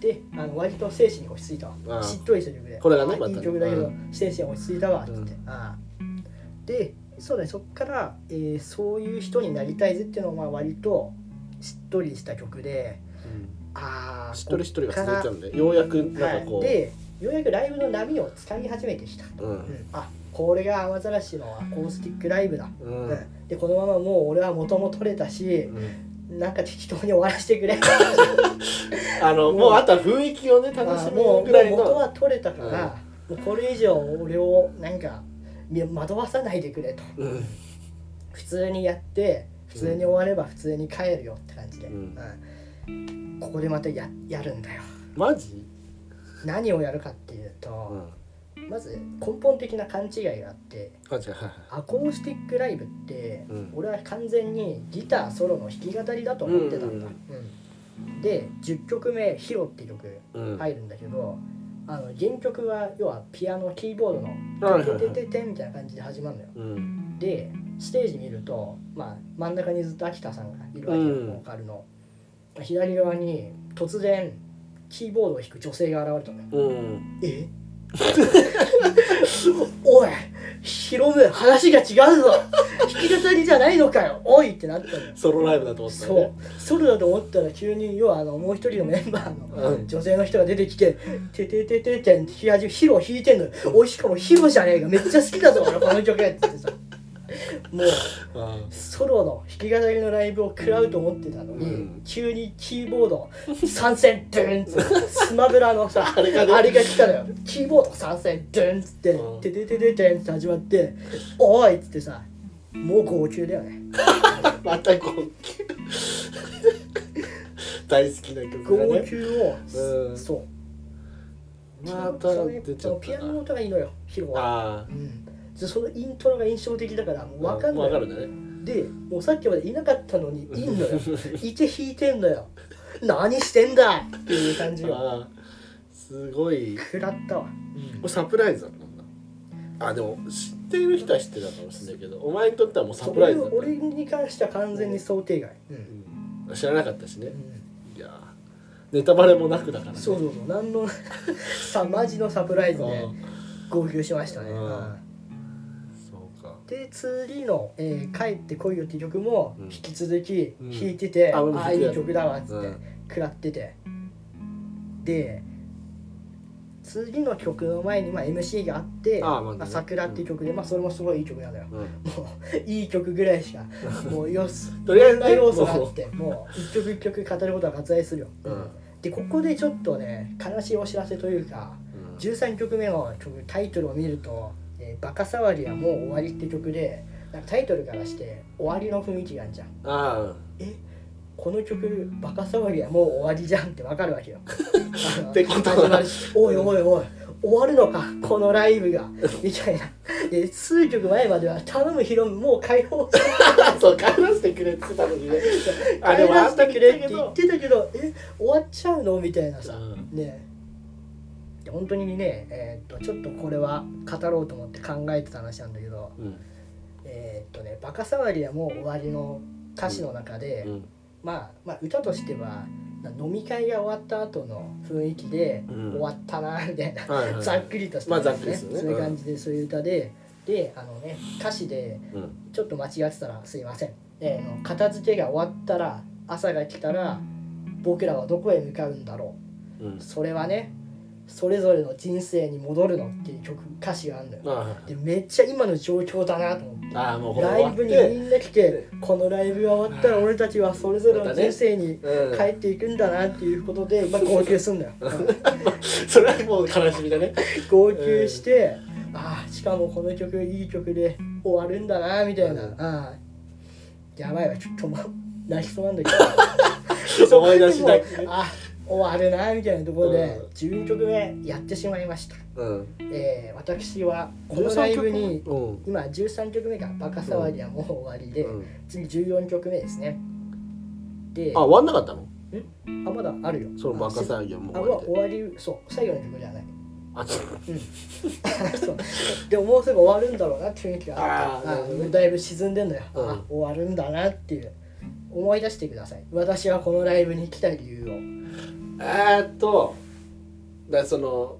Speaker 1: であの割と精神に落ち着いた
Speaker 2: あ
Speaker 1: わ
Speaker 2: あ
Speaker 1: しっとりした曲で
Speaker 2: これがね
Speaker 1: あ
Speaker 2: また
Speaker 1: い
Speaker 2: ね
Speaker 1: い曲だけど、
Speaker 2: う
Speaker 1: 精神落ち着いたわって言って、
Speaker 2: う
Speaker 1: ああでそうねそっから、えーそういう人になりたいぜっていうのはまあ割としっとりした曲でああ
Speaker 2: しっとりしっとりが
Speaker 1: こっ
Speaker 2: 続
Speaker 1: から
Speaker 2: いちゃうんでようやくなんかこ
Speaker 1: は
Speaker 2: う
Speaker 1: い、でようやくライブの波をつかみ始めてきた、
Speaker 2: うん
Speaker 1: うんあこれが雨ざらしのアコースティックライブだ、
Speaker 2: うん
Speaker 1: うんでこのままもう俺は元も取れたし
Speaker 2: うん
Speaker 1: なんか適当に終わらせてく れ
Speaker 2: あのもうあとは雰囲気をね楽
Speaker 1: あ
Speaker 2: し
Speaker 1: も
Speaker 2: む
Speaker 1: う
Speaker 2: ぐらい
Speaker 1: もう元
Speaker 2: の
Speaker 1: は取れたから、もうこれ以上俺をなんかみ惑わさないでくれと
Speaker 2: うん
Speaker 1: 普通にやって普通に終われば普通に帰るよって感じで、
Speaker 2: うん
Speaker 1: うんここでまたややるんだよ
Speaker 2: マジ
Speaker 1: 何をやるかっていうと、
Speaker 2: う
Speaker 1: まず根本的な勘違いがあって
Speaker 2: あじゃあ
Speaker 1: アコースティックライブって、
Speaker 2: うん
Speaker 1: 俺は完全にギターソロの弾き語りだと思ってたんだ、うんで10曲目「ヒロ」って曲
Speaker 2: うんい
Speaker 1: 入るんだけど、あの原曲は要はピアノキーボード
Speaker 2: は
Speaker 1: の
Speaker 2: いはいはい
Speaker 1: 「てててて」みたいな感じで始まるのよ
Speaker 2: うん
Speaker 1: でステージ見ると、まあ、真ん中にずっと秋田さんがいるわけよ、
Speaker 2: うん
Speaker 1: ボーカルの左側に突然キーボードを弾く女性が現れたのよ
Speaker 2: うん
Speaker 1: え おいヒロム話が違うぞ弾き語りじゃないのかよおいってなったのよ
Speaker 2: ソロライブだと思った
Speaker 1: そうソロだと思ったら急に要はあのもう一人のメンバーの
Speaker 2: うん
Speaker 1: 女性の人が出てきて「てててててん」って弾き始めヒロ弾いてんのよおいしかもヒロじゃねえかめっちゃ好きだぞ俺この曲やってさもう
Speaker 2: あ
Speaker 1: ソロの弾き語りのライブを食らうと思ってたのに、
Speaker 2: うん
Speaker 1: 急にキーボード参戦ドゥンつってスマブラの さあ
Speaker 2: れがね
Speaker 1: 来たのよキーボード参戦ドゥンつって
Speaker 2: うん
Speaker 1: てててててんって始まっておーいっつってさもう号泣だよね
Speaker 2: また号泣 大好きな曲
Speaker 1: 号
Speaker 2: がね
Speaker 1: 泣を、
Speaker 2: うん
Speaker 1: そう
Speaker 2: また出ち
Speaker 1: そ
Speaker 2: ゃ
Speaker 1: の
Speaker 2: った
Speaker 1: ピアノの
Speaker 2: な
Speaker 1: 音がいいのよヒロは、
Speaker 2: あ
Speaker 1: うん、でそのイントロが印象的だからもう
Speaker 2: あ
Speaker 1: 分かんない
Speaker 2: わかるね
Speaker 1: でもうさっきまでいなかったの にいんのよいて弾いてんのよ何してんだっていう感じよ
Speaker 2: ああすごい
Speaker 1: 食らったわ、
Speaker 2: もうサプライズだったんだあでも知ってる人は知ってたかもしれないけどお前にとってはもうサプライズだった
Speaker 1: 俺に関しては完全に想定外、うん
Speaker 2: うん知らなかったしねいやーネタバレもなくだからね
Speaker 1: そうそうそう何の さマジのサプライズで
Speaker 2: うん
Speaker 1: 号泣しましたね、
Speaker 2: うん
Speaker 1: はい
Speaker 2: そうか
Speaker 1: で次の、えー帰ってこいよ」って曲も
Speaker 2: うん
Speaker 1: 引き続き
Speaker 2: うん
Speaker 1: 弾いてて「
Speaker 2: あ俺も
Speaker 1: あ
Speaker 2: 弾
Speaker 1: あ
Speaker 2: い
Speaker 1: い
Speaker 2: てた
Speaker 1: い曲だわ」っつって
Speaker 2: うん
Speaker 1: 食らっててで次の曲の前にまあ MC があって「
Speaker 2: あまあね
Speaker 1: まあ桜」っていう曲で、まあ、それもすごいいい曲 なんだよ
Speaker 2: うん
Speaker 1: もういい曲ぐらいしかもうよし
Speaker 2: とりあえずね
Speaker 1: 要素があってもう一曲一曲語ることは割愛するよ、
Speaker 2: うん
Speaker 1: でここでちょっとね悲しいお知らせというか
Speaker 2: うん
Speaker 1: 13曲目の曲タイトルを見ると「えーバカ騒ぎはもう終わり」って曲でなんかタイトルからして終わりの雰囲気があるじゃん
Speaker 2: ああうん
Speaker 1: この曲「バカ騒ぎはもう終わりじゃん」ってわかるわけ よ
Speaker 2: ってことは
Speaker 1: 始まるしおいおいおい終わるのかこのライブがみたいなで数曲前までは「頼むヒロムもう解放して
Speaker 2: そう帰らせてくれって言ってたのにねあで
Speaker 1: 帰
Speaker 2: もあ
Speaker 1: ら
Speaker 2: ん
Speaker 1: せ
Speaker 2: た
Speaker 1: て
Speaker 2: く
Speaker 1: く
Speaker 2: れ
Speaker 1: れ
Speaker 2: っ
Speaker 1: ってて
Speaker 2: 言
Speaker 1: 言
Speaker 2: っ
Speaker 1: っててたけどえ終わっちゃうのみたいな
Speaker 2: た
Speaker 1: さ、
Speaker 2: うん
Speaker 1: ねえ本当にね、えーっとちょっとこれは語ろうと思って考えてた話なんだけど
Speaker 2: うん
Speaker 1: えーっとね「バカ騒ぎはもう終わり」の歌詞の中で、
Speaker 2: うん
Speaker 1: まあ、まあ歌としてはな飲み会が終わった後の雰囲気で、
Speaker 2: うん
Speaker 1: 終わったなみたいな、
Speaker 2: はいはいはい
Speaker 1: ざっくりとした、
Speaker 2: まあざっくりですよね
Speaker 1: そういう感じでそういう歌で、であのね歌詞で
Speaker 2: うん
Speaker 1: ちょっと間違ってたらすいません、えーあの片付けが終わったら朝が来たら僕らはどこへ向かうんだろ
Speaker 2: う
Speaker 1: うんそれはねそれぞれの人生に戻るのっていう曲歌詞があるのよ
Speaker 2: ああはい
Speaker 1: でめっちゃ今の状況だなと思って。
Speaker 2: ああもうほら
Speaker 1: ライブにみんな来てこのライブが終わったら俺たちはそれぞれの人生に
Speaker 2: うん
Speaker 1: 帰っていくんだなっていうこと で、まあ、号泣すんだよ
Speaker 2: それはもう悲しみだね
Speaker 1: 号泣して、ああしかもこの曲いい曲で終わるんだなみたいな、
Speaker 2: うん
Speaker 1: ああやばいわちょっともう泣きそうなんだけど
Speaker 2: 思い出しなく
Speaker 1: でも ああ終わるなみたいなところで
Speaker 2: うん
Speaker 1: 12曲目やってしまいました、
Speaker 2: うん
Speaker 1: えー私はこのライブに
Speaker 2: うん
Speaker 1: 今13曲目が「バカ騒ぎはもう終わりで」
Speaker 2: うん
Speaker 1: 次14曲目ですねで
Speaker 2: あ
Speaker 1: あ
Speaker 2: 終わんなかったの
Speaker 1: まだあるよ
Speaker 2: そのバカ
Speaker 1: あ
Speaker 2: 騒ぎはもう
Speaker 1: あ
Speaker 2: 終
Speaker 1: も
Speaker 2: わ
Speaker 1: う
Speaker 2: り
Speaker 1: 終
Speaker 2: で
Speaker 1: わりそう最後の曲じゃない
Speaker 2: あそう
Speaker 1: そうでももうすぐ終わるんだろうなって雰囲気があった
Speaker 2: あーなるほどね
Speaker 1: あだいぶ沈んでんのよ、
Speaker 2: うん
Speaker 1: あ終わるんだなっていう思い出してください私はこのライブに来た理由を
Speaker 2: えーっとだからその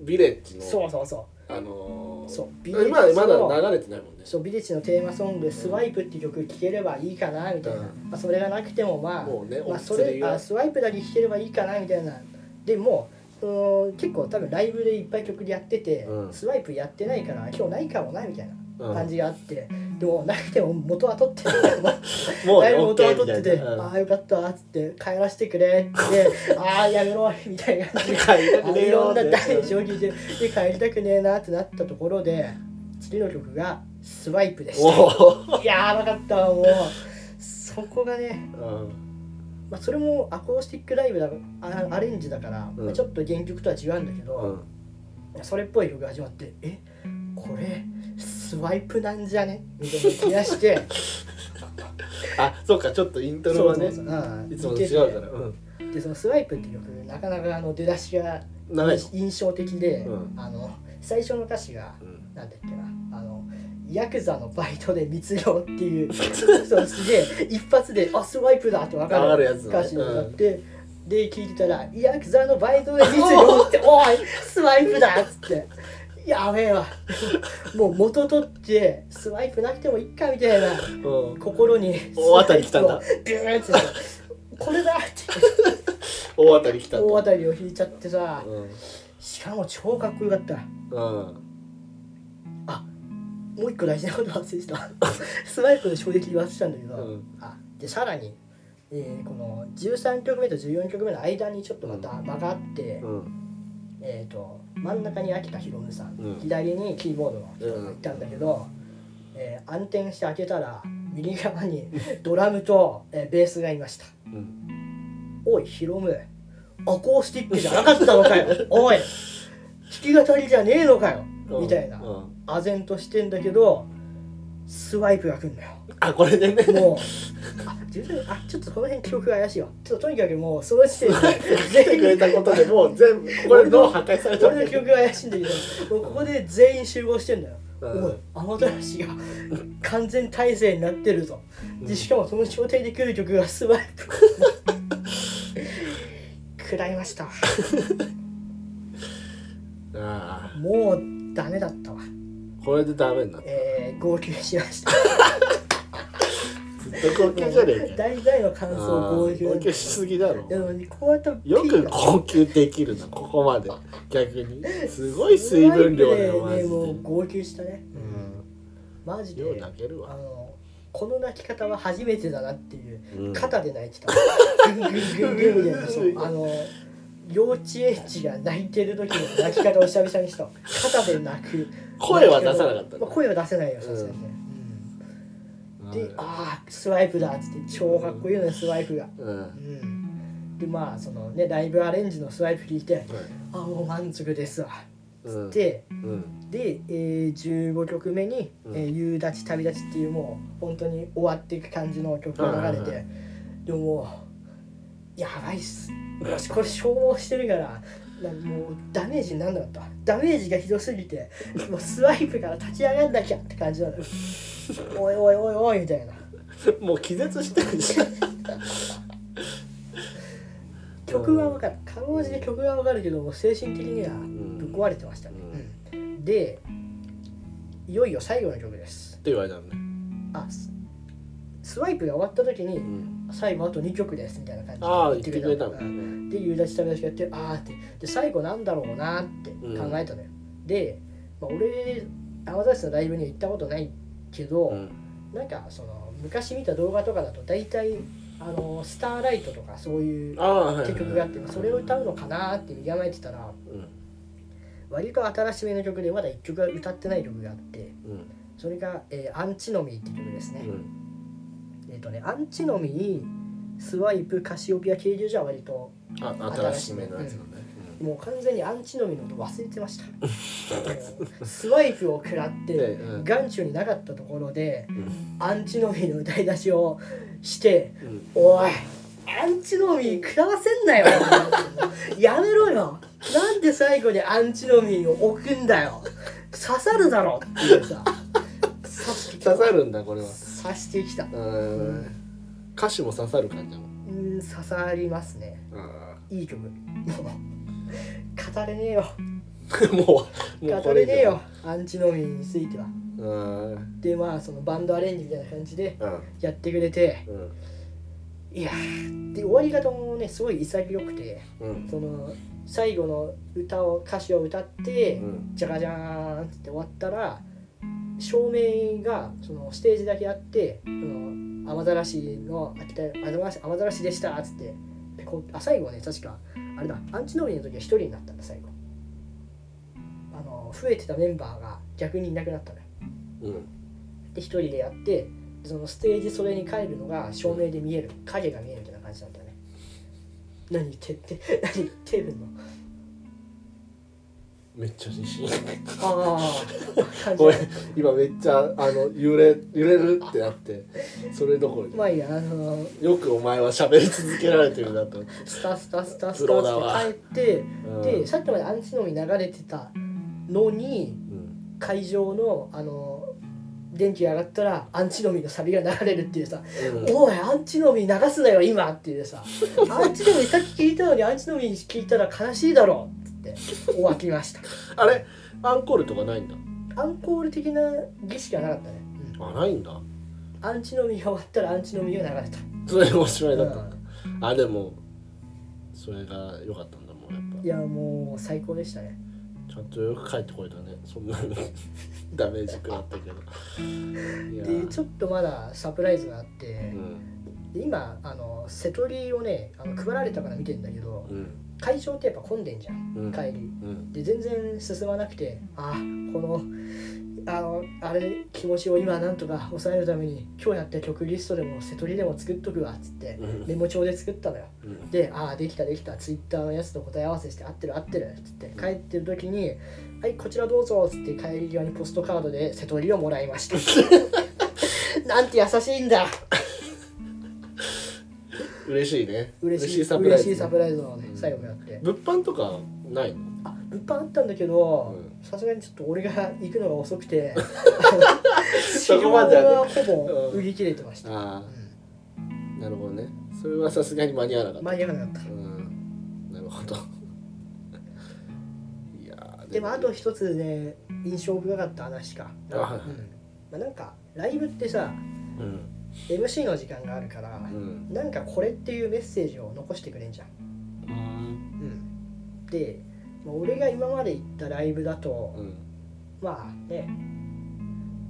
Speaker 2: ビレッジの
Speaker 1: そうそうそ
Speaker 2: あのー、
Speaker 1: そうビレッジ
Speaker 2: 今ま
Speaker 1: の
Speaker 2: だ流れてないもんね
Speaker 1: うそうビレッジのテーマソング「スワイプっていう曲聴ければいいかなみたいな、
Speaker 2: うん
Speaker 1: まあ、それがなくてもまあ
Speaker 2: もうね
Speaker 1: まあ、
Speaker 2: お
Speaker 1: そ
Speaker 2: 釣り
Speaker 1: れ
Speaker 2: が
Speaker 1: あスワイプだけ弾ければいいかなみたいなでもその結構多分ライブでいっぱい曲でやってて、
Speaker 2: うん
Speaker 1: スワイプやってないから今日ないかもなみたい
Speaker 2: うん
Speaker 1: な感じがあって、でもなくても元は取ってる
Speaker 2: もう
Speaker 1: だ
Speaker 2: ね
Speaker 1: いぶ元は
Speaker 2: OK み
Speaker 1: 取
Speaker 2: た
Speaker 1: って
Speaker 2: い
Speaker 1: て、
Speaker 2: なうん
Speaker 1: ああよかったっつって帰らせてくれって ああやめろみたいな感じで
Speaker 2: 帰りたく
Speaker 1: あ
Speaker 2: ね
Speaker 1: い
Speaker 2: えよ
Speaker 1: ろ
Speaker 2: っ
Speaker 1: ん
Speaker 2: て
Speaker 1: な大事を聞いてで帰りたくねえなってなったところで次の曲が「スワイプでし
Speaker 2: お
Speaker 1: たいやーばかったわもうそこがね
Speaker 2: お、
Speaker 1: まあ、それもアコースティックライブだあアレンジだから、
Speaker 2: うん
Speaker 1: まあちょっと原曲とは違うんだけ
Speaker 2: う
Speaker 1: ど、
Speaker 2: ん
Speaker 1: それっぽい曲が始まって「えこれスワイプなんじゃね?」みたいな気がして
Speaker 2: あそうかちょっとイントロは
Speaker 1: そ
Speaker 2: ね
Speaker 1: うそうそううん
Speaker 2: いつもと違うからうん
Speaker 1: でその「スワイプっていう曲なかなかあの出だしが
Speaker 2: 長いの
Speaker 1: 印象的で、
Speaker 2: うん
Speaker 1: あの最初の歌詞が
Speaker 2: うん
Speaker 1: なんだっけなあのヤクザのバイトで密漁っていう そうすげえ一発で「あスワイプだ!」って分か
Speaker 2: わか
Speaker 1: る
Speaker 2: るやつね
Speaker 1: 歌詞になって、で聞いてたら「ヤクザのバイトで密漁 っておいスワイプだ!」っつって「やべえわもう元取ってスワイプなくてもいいか」みたいな
Speaker 2: うん
Speaker 1: 心に
Speaker 2: 大当たり来たんだ
Speaker 1: スワイプをビューンってこれだって
Speaker 2: 大当たり来た
Speaker 1: 大
Speaker 2: と
Speaker 1: 当たりを引いちゃってさ
Speaker 2: うん
Speaker 1: しかも超かっこよかった。
Speaker 2: うん
Speaker 1: もう一個大事なこと忘れてた スワイプの衝撃忘れてたんだけど、
Speaker 2: うん
Speaker 1: あでさらに、えーこの13曲目と14曲目の間にちょっとまた間があって、
Speaker 2: うん
Speaker 1: えー、と真ん中に秋田博文さん、
Speaker 2: うん
Speaker 1: 左にキーボードの人がいたんだけど、えー暗転して開けたら右側にドラムと、えーベースがいました
Speaker 2: う
Speaker 1: 「
Speaker 2: ん
Speaker 1: おい博文アコースティックじゃなかったのかよおい弾き語りじゃねえのかよ」みたいな。
Speaker 2: うん
Speaker 1: 唖然としてんだけどスワイプが来んだよ
Speaker 2: あこれでね
Speaker 1: もうあ自分あちょっとこの辺記憶が怪しいわちょっととにかくもうその時点で
Speaker 2: 来てくれたことでもう全部これどう破壊された
Speaker 1: 俺の記憶が怪しいんだけどもうここで全員集合してんだよ、
Speaker 2: うん
Speaker 1: おいあの嵐が完全体制になってるぞ、でしかもその状態で来る曲がスワイプ食らいました
Speaker 2: あ
Speaker 1: もうダメだったわ
Speaker 2: あこれでダメになった
Speaker 1: えー、号泣しました
Speaker 2: ずっ と号泣じゃねえかよ
Speaker 1: 大体の感想
Speaker 2: ああ
Speaker 1: 号
Speaker 2: 号
Speaker 1: 泣
Speaker 2: 泣しすぎだろ
Speaker 1: いやでもねこうやって
Speaker 2: よく
Speaker 1: こ
Speaker 2: 号泣できるなここまで逆にすごい水分量だよマジで
Speaker 1: もう号泣したね
Speaker 2: うん
Speaker 1: マジで
Speaker 2: よう泣ける
Speaker 1: あ
Speaker 2: わ
Speaker 1: のこの泣き方は初めてだなっていう、
Speaker 2: うん
Speaker 1: 肩で泣いてたグングングングングンってそうあの幼稚園児が泣いてる時の泣き方を久々にした肩で泣く
Speaker 2: 声は出さなかった
Speaker 1: まあ、
Speaker 2: の
Speaker 1: 声は出せないよさすがにね、うんでああスワイプだっつって超かっこいいのよスワイプが
Speaker 2: うん
Speaker 1: うんでまあそのねライブアレンジのスワイプ聞いて「あもう満足ですわ」
Speaker 2: う
Speaker 1: つ
Speaker 2: ん
Speaker 1: って、
Speaker 2: うん
Speaker 1: で、えー15曲目に「
Speaker 2: うん
Speaker 1: えー夕立ち旅立ち」っていうもう本当に終わっていく感じの曲が流れ
Speaker 2: はいはいは
Speaker 1: てでももうやばいっすよしこれ消耗してるからなもうダメージになんなかったダメージがひどすぎてもうスワイプから立ち上がんなきゃって感じなの よおいおいおいおいみたいな
Speaker 2: もう気絶してるじゃん
Speaker 1: 曲は分かるかろうじて曲は分かるけども精神的にはぶっ壊れてましたね、うんでいよいよ最後の曲です
Speaker 2: って言われたのね
Speaker 1: あススワイプが終わった時に、
Speaker 2: うん
Speaker 1: 最後あと2曲ですみたいな感じで
Speaker 2: ああ言ってくれた
Speaker 1: の
Speaker 2: のうん
Speaker 1: で夕立ち旅立ちやってああってで最後なんだろうなって考えたのよ、で、まあ、俺泡立ちのライブには行ったことないけど、
Speaker 2: うん
Speaker 1: なんかその昔見た動画とかだと大体あのスターライトとかそういう
Speaker 2: ああはいはい
Speaker 1: 曲があってそれを歌うのかなって見構えてたら
Speaker 2: うん
Speaker 1: 割と新しめの曲でまだ1曲が歌ってない曲があって
Speaker 2: うん
Speaker 1: それが、えーアンチノミー」って曲ですね、
Speaker 2: うん
Speaker 1: えっ、とねアンチノミースワイプカシオピア渓流じゃ割と
Speaker 2: あ新しめのやつのね
Speaker 1: もう完全にアンチノミーのこと忘れてました うんスワイプを食らっ
Speaker 2: で
Speaker 1: て
Speaker 2: うん
Speaker 1: 眼中になかったところで
Speaker 2: うん
Speaker 1: アンチノミーの歌い出しをして
Speaker 2: うん
Speaker 1: おいアンチノミー食らわせんなよ やめろよなんで最後にアンチノミーを置くんだよ刺さるだろっていうさ刺してきた
Speaker 2: 刺さるんだこれは
Speaker 1: 刺してきたう
Speaker 2: うん歌詞も刺さる感じだもん
Speaker 1: ん刺さりますね
Speaker 2: あ
Speaker 1: いい 曲もう語れねえよ
Speaker 2: ー もうもう
Speaker 1: 語
Speaker 2: こ
Speaker 1: れ
Speaker 2: れ
Speaker 1: ねえよアンチノミーについては
Speaker 2: うんうん
Speaker 1: でまあそのバンドアレンジみたいな感じでやってくれて
Speaker 2: うん
Speaker 1: いやーで終わり方もねすごい潔くて
Speaker 2: うん
Speaker 1: その最後の歌を歌詞を歌って、
Speaker 2: うん
Speaker 1: じゃがじゃーんって終わったら照明がそのステージだけあって「その雨ざらしの秋田雨ざらし雨ざらしでした」っつってペコあ最後ね確かあれだアンチノミーの時は一人になったんだ最後あの増えてたメンバーが逆にいなくなったのよ
Speaker 2: うん
Speaker 1: で一人でやってそのステージそれに帰るのが照明で見える影が見えるみたいな感じなんだよね 何言ってって何言ってるの
Speaker 2: めっちゃ自信
Speaker 1: ああ
Speaker 2: ごめん今めっちゃあの揺れ揺れるってなってそれどころじゃ
Speaker 1: まあいいやあの
Speaker 2: んよくお前は喋り続けられてるなと
Speaker 1: スタスタスタス
Speaker 2: プロだ
Speaker 1: タ
Speaker 2: わ
Speaker 1: って帰って、
Speaker 2: うん
Speaker 1: でさっきまでアンチのみ流れてたのに
Speaker 2: うん
Speaker 1: 会場のあの電気上がったらアンチのみのサビが流れるっていうさ「おいアンチのみ流すなよ今」っていう さ「アンチのみさっき聞いたのにアンチのみ聞いたら悲しいだろ」っつってお沸きました
Speaker 2: あれアンコールとかないんだ
Speaker 1: アンコール的な儀式はなかったね、うん
Speaker 2: あないんだ
Speaker 1: アンチのみが終わったらアンチのみが流れた
Speaker 2: それおしまいだったんだあでもそれが良かったんだもんやっ
Speaker 1: いやもう最高でしたね
Speaker 2: ぱちゃんとよく帰ってこれたねそんなにダメージ食らったけどいや
Speaker 1: でちょっとまだサプライズがあって、
Speaker 2: うん
Speaker 1: で今あの瀬戸りをねあの配られたから見てんだけど
Speaker 2: うん
Speaker 1: 会場ってやっぱ混んでんじゃん
Speaker 2: うん
Speaker 1: 帰り
Speaker 2: うん
Speaker 1: で全然進まなくてあこのあのあれ気持ちを今なんとか抑えるために今日やった曲リストでも瀬戸りでも作っとくわっつって
Speaker 2: うん
Speaker 1: メモ帳で作ったのよ
Speaker 2: うん
Speaker 1: で「ああできたできたツイッターのやつと答え合わせして合ってる合ってる」っつって帰ってる時に「はいこちらどうぞ」っつって帰り際にポストカードで瀬戸りをもらいました なんて優しいんだ
Speaker 2: 嬉しいね
Speaker 1: 嬉しい
Speaker 2: サプライズ
Speaker 1: 嬉しいサプライズをね
Speaker 2: うん
Speaker 1: 最後やって
Speaker 2: 物販とかないの
Speaker 1: あ物販あったんだけど
Speaker 2: う
Speaker 1: さすがにちょっと俺が行くのが遅く て
Speaker 2: そこまではね
Speaker 1: 市場はほぼ売り切れてました、
Speaker 2: あ
Speaker 1: う
Speaker 2: あなるほどねそれはさすがに間に合わなかっ
Speaker 1: ん、
Speaker 2: た
Speaker 1: 間に合わなかっ
Speaker 2: うんなるほどいやー
Speaker 1: たでもあと一つね印象深かった話か
Speaker 2: あはいはい
Speaker 1: うんまあ、なんかライブってさ
Speaker 2: うん
Speaker 1: MC の時間があるから、
Speaker 2: うん
Speaker 1: なんかこれっていうメッセージを残してくれんじゃん、
Speaker 2: うん
Speaker 1: で、まあ、俺が今まで行ったライブだと、
Speaker 2: うん
Speaker 1: まあね,、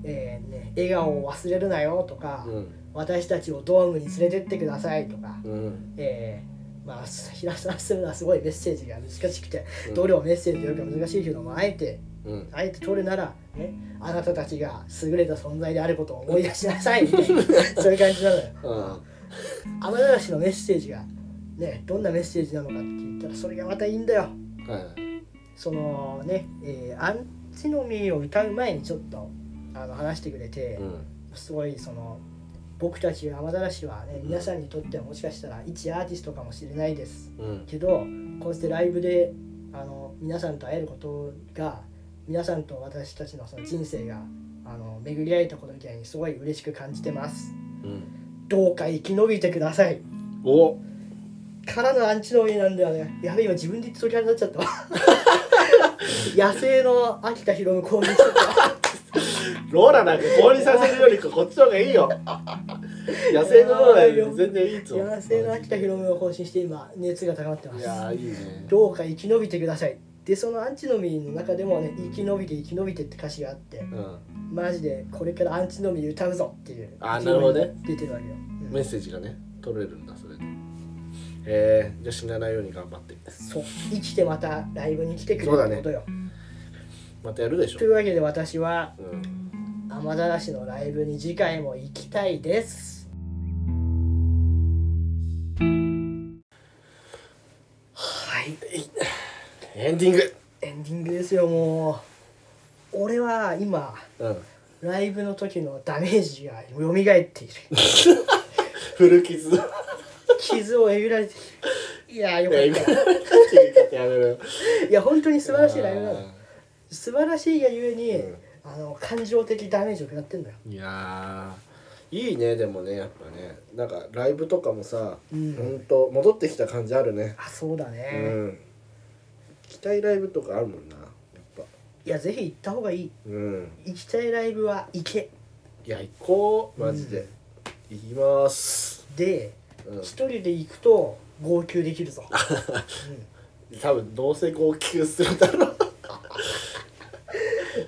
Speaker 1: えーね笑顔を忘れるなよとか、私たちをドームに連れてってくださいとか、
Speaker 2: うん
Speaker 1: えーまあ平沢するのはすごいメッセージが難しくて、
Speaker 2: うん
Speaker 1: どれをメッセージよりか難しいけどもあえて
Speaker 2: うん
Speaker 1: あえて取るなら、ね、あなたたちが優れた存在であることを思い出しなさい みたいなそういう感じなのよ。
Speaker 2: うん
Speaker 1: アナガシのメッセージが、ね、どんなメッセージなのかって言ったらそれがまたいいんだよ。
Speaker 2: はい
Speaker 1: そのね、えーアンチノミーを歌う前にちょっとあの話してくれて。
Speaker 2: うん
Speaker 1: すごいその僕たち雨ざらしは、ね、皆さんにとってはもしかしたら一アーティストかもしれないです
Speaker 2: うん
Speaker 1: けどこうしてライブであの皆さんと会えることが皆さんと私たちのその人生があの巡り合えたことみたいにすごい嬉しく感じてます
Speaker 2: うん
Speaker 1: どうか生き延びてください
Speaker 2: お
Speaker 1: からのアンチのみなんだよねやべえ今自分で鳥肌立っちゃったわ 野生の秋田博夢購入しちゃったわ
Speaker 2: ローラなんか氷させるよりかこっちの方がいい よ野生のローラより全然いいぞ
Speaker 1: 野生の秋田博夢を更新して今熱が高まってます
Speaker 2: いやーいいね
Speaker 1: どうか生き延びてください。で、そのアンチのみの中でもね、生き延びて生き延びてって歌詞があって、
Speaker 2: うん
Speaker 1: マジでこれからアンチのみ歌うぞっていう。
Speaker 2: あーなるほどね。
Speaker 1: 出てるわけよ。う
Speaker 2: メッ
Speaker 1: ん、
Speaker 2: セージがね取れるんだそれでえー、じゃあ死なないように頑張って
Speaker 1: そう。生きてまたライブに来てくれ
Speaker 2: そうだ
Speaker 1: る
Speaker 2: ね
Speaker 1: ことよ。
Speaker 2: またやるでしょ
Speaker 1: というわけで私は、
Speaker 2: うん
Speaker 1: 雨ざらしのライブに次回も行きたいです。はい。
Speaker 2: エンディング
Speaker 1: エンディングですよ、もう。俺は今、
Speaker 2: うん
Speaker 1: ライブの時のダメージが蘇っている。
Speaker 2: 古 傷の
Speaker 1: 傷をえぐられて いやよか
Speaker 2: え
Speaker 1: っ
Speaker 2: ぐ
Speaker 1: た
Speaker 2: 方やめろよ
Speaker 1: いや本当に素晴らしいライブなの
Speaker 2: あ
Speaker 1: 素晴らしいがゆえに、
Speaker 2: うん
Speaker 1: あの感情的ダメージを食らってんだよ
Speaker 2: ーいやーいいねでもねやっぱねなんかライブとかもさ、
Speaker 1: うん
Speaker 2: ほんと戻ってきた感じあるね
Speaker 1: あそうだ
Speaker 2: う
Speaker 1: ね、
Speaker 2: ん期待ライブとかあるもんなやっぱ
Speaker 1: いやぜひ行った方がいい
Speaker 2: うん
Speaker 1: 行きたいライブは行け
Speaker 2: いや行こうマジで、行きます
Speaker 1: で
Speaker 2: うん
Speaker 1: 一人で行くと号泣でき るぞ、
Speaker 2: 多分どうせ号泣するだろう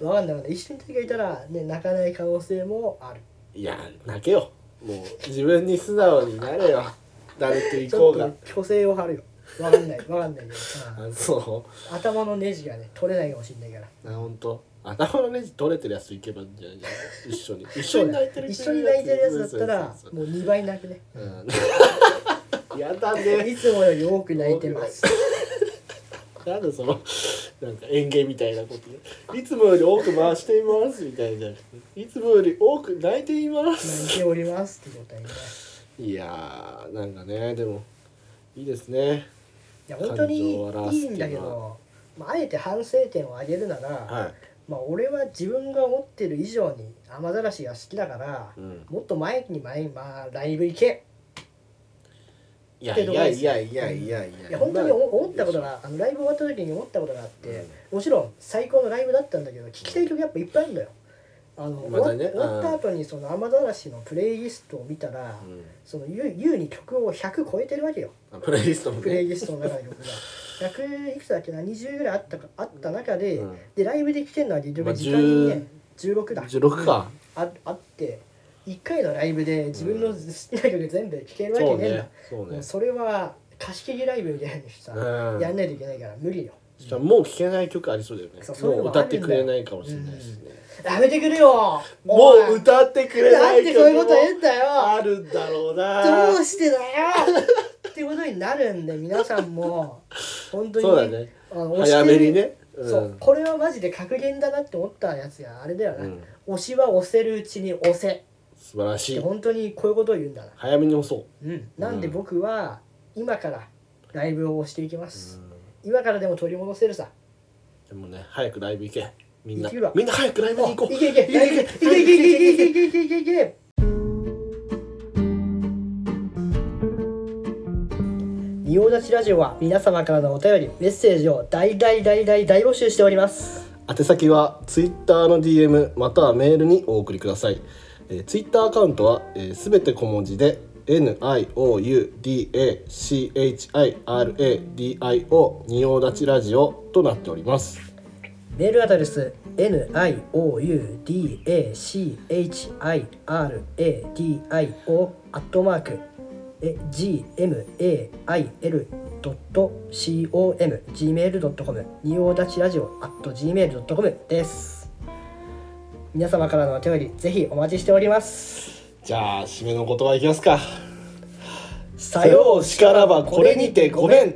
Speaker 1: うん、分かんないわかんない一緒に誰がいたらね泣かない可能性もある
Speaker 2: いや泣けよもう自分に素直になれよ誰と行
Speaker 1: ち
Speaker 2: こ
Speaker 1: ょ
Speaker 2: うが
Speaker 1: っと虚勢を張るよ分かんない分かんないけどさ
Speaker 2: あそう
Speaker 1: 頭のネジがね取れないかもしれないから
Speaker 2: あ本当頭のネジ取れてるやつと行けばいいんじゃない一緒 に一
Speaker 1: そ
Speaker 2: 緒
Speaker 1: う
Speaker 2: に
Speaker 1: だ
Speaker 2: 泣い
Speaker 1: よ
Speaker 2: てる
Speaker 1: 一緒に泣いてるやつだったら
Speaker 2: そうそう
Speaker 1: もう2倍泣くね
Speaker 2: そううんやだね
Speaker 1: いつもより多く泣いてます。
Speaker 2: なんでそのなんか園芸みたいなこといつもより多く回していますみたいなじゃなくていつもより多く泣いています
Speaker 1: 泣いておりますってことにね
Speaker 2: いやーなんかねでもいいですね
Speaker 1: いや本当にい
Speaker 2: 感情を表
Speaker 1: い
Speaker 2: す
Speaker 1: い
Speaker 2: っていうのは
Speaker 1: んだけど、まあ、あえて反省点を挙げるなら、
Speaker 2: は
Speaker 1: まあ、俺は自分が思ってる以上に雨ざらしが好きだから、
Speaker 2: い、うん、
Speaker 1: もっと前に前に、まあ、ライブ行け
Speaker 2: いやいやいやいやいやいや
Speaker 1: いや本当にお思ったことがあのライブ終わった時に思ったことがあって、もちろん最高のライブだったんだけど聴きたい曲やっぱいっぱいあるんだよあの、
Speaker 2: まだね
Speaker 1: 終わ終わった後にその雨ざらしのプレイリストを見たら、
Speaker 2: うん
Speaker 1: その優優に曲を100超えてるわけよ
Speaker 2: あプレイリストも
Speaker 1: プレ
Speaker 2: ね
Speaker 1: イリストの中の曲が100いくつだっけな20ぐらいあったかあった中で、
Speaker 2: うん
Speaker 1: でライブで聴けるのは結局
Speaker 2: まあ
Speaker 1: 時間にね16だ
Speaker 2: 16か
Speaker 1: ああって1回のライブで自分の好きな曲全部聴けるわ
Speaker 2: そ
Speaker 1: け
Speaker 2: う
Speaker 1: ねえんだ
Speaker 2: ねそう
Speaker 1: も
Speaker 2: ね
Speaker 1: うそれは貸し切りライブみたいにさ、
Speaker 2: うん
Speaker 1: やんないといけないから無理よ
Speaker 2: しかももう聴けない曲ありそうだよね
Speaker 1: そうそういうの
Speaker 2: もう
Speaker 1: もあ
Speaker 2: 歌
Speaker 1: るんだ
Speaker 2: って
Speaker 1: よ
Speaker 2: くれないかもしれないしね
Speaker 1: やめてくれよ
Speaker 2: も
Speaker 1: おい
Speaker 2: う歌ってくれ
Speaker 1: な
Speaker 2: なんい
Speaker 1: て
Speaker 2: 曲
Speaker 1: こう
Speaker 2: も
Speaker 1: いうこと言うんだ
Speaker 2: あ
Speaker 1: よ
Speaker 2: るんだろうな
Speaker 1: どうしてだよってことになるんで皆さんも本当に
Speaker 2: そうだね
Speaker 1: あの推してる
Speaker 2: 早めにねうん
Speaker 1: そうこれはマジで格言だなって思ったやつがあれだよ
Speaker 2: う
Speaker 1: ね、
Speaker 2: ん
Speaker 1: 推しは押せるうちに押せ
Speaker 2: 素晴ら
Speaker 1: っ
Speaker 2: してい
Speaker 1: 本当にこういうことを言うんだな、
Speaker 2: 早めに押そう
Speaker 1: うん、なんで僕は今からライブを押していきます、今からでも取り戻せるさ
Speaker 2: でもね早くライブ行けみんな
Speaker 1: 行くわ
Speaker 2: みんな早くライブに行こう
Speaker 1: いけいけいけいけいけいけいけいけいけいけいけ仁王立ちラジオは皆様からのお便りメッセージを大大大大大募集しております
Speaker 2: 宛先は Twitter の DM またはメールにお送りください、えー、Twitter アカウントはすべ、全て小文字で NIOUDACHIRADIO 仁王立ちラジオとなっております
Speaker 1: メールアドレス NIOUDACHIRADIO アットマーク gmail.com gmail.com におだちラジオ at gmail.com です皆様からのお便りぜひお待ちしております
Speaker 2: じゃあ締めの言葉いきますか
Speaker 1: さよう
Speaker 2: しからばこれにてごめん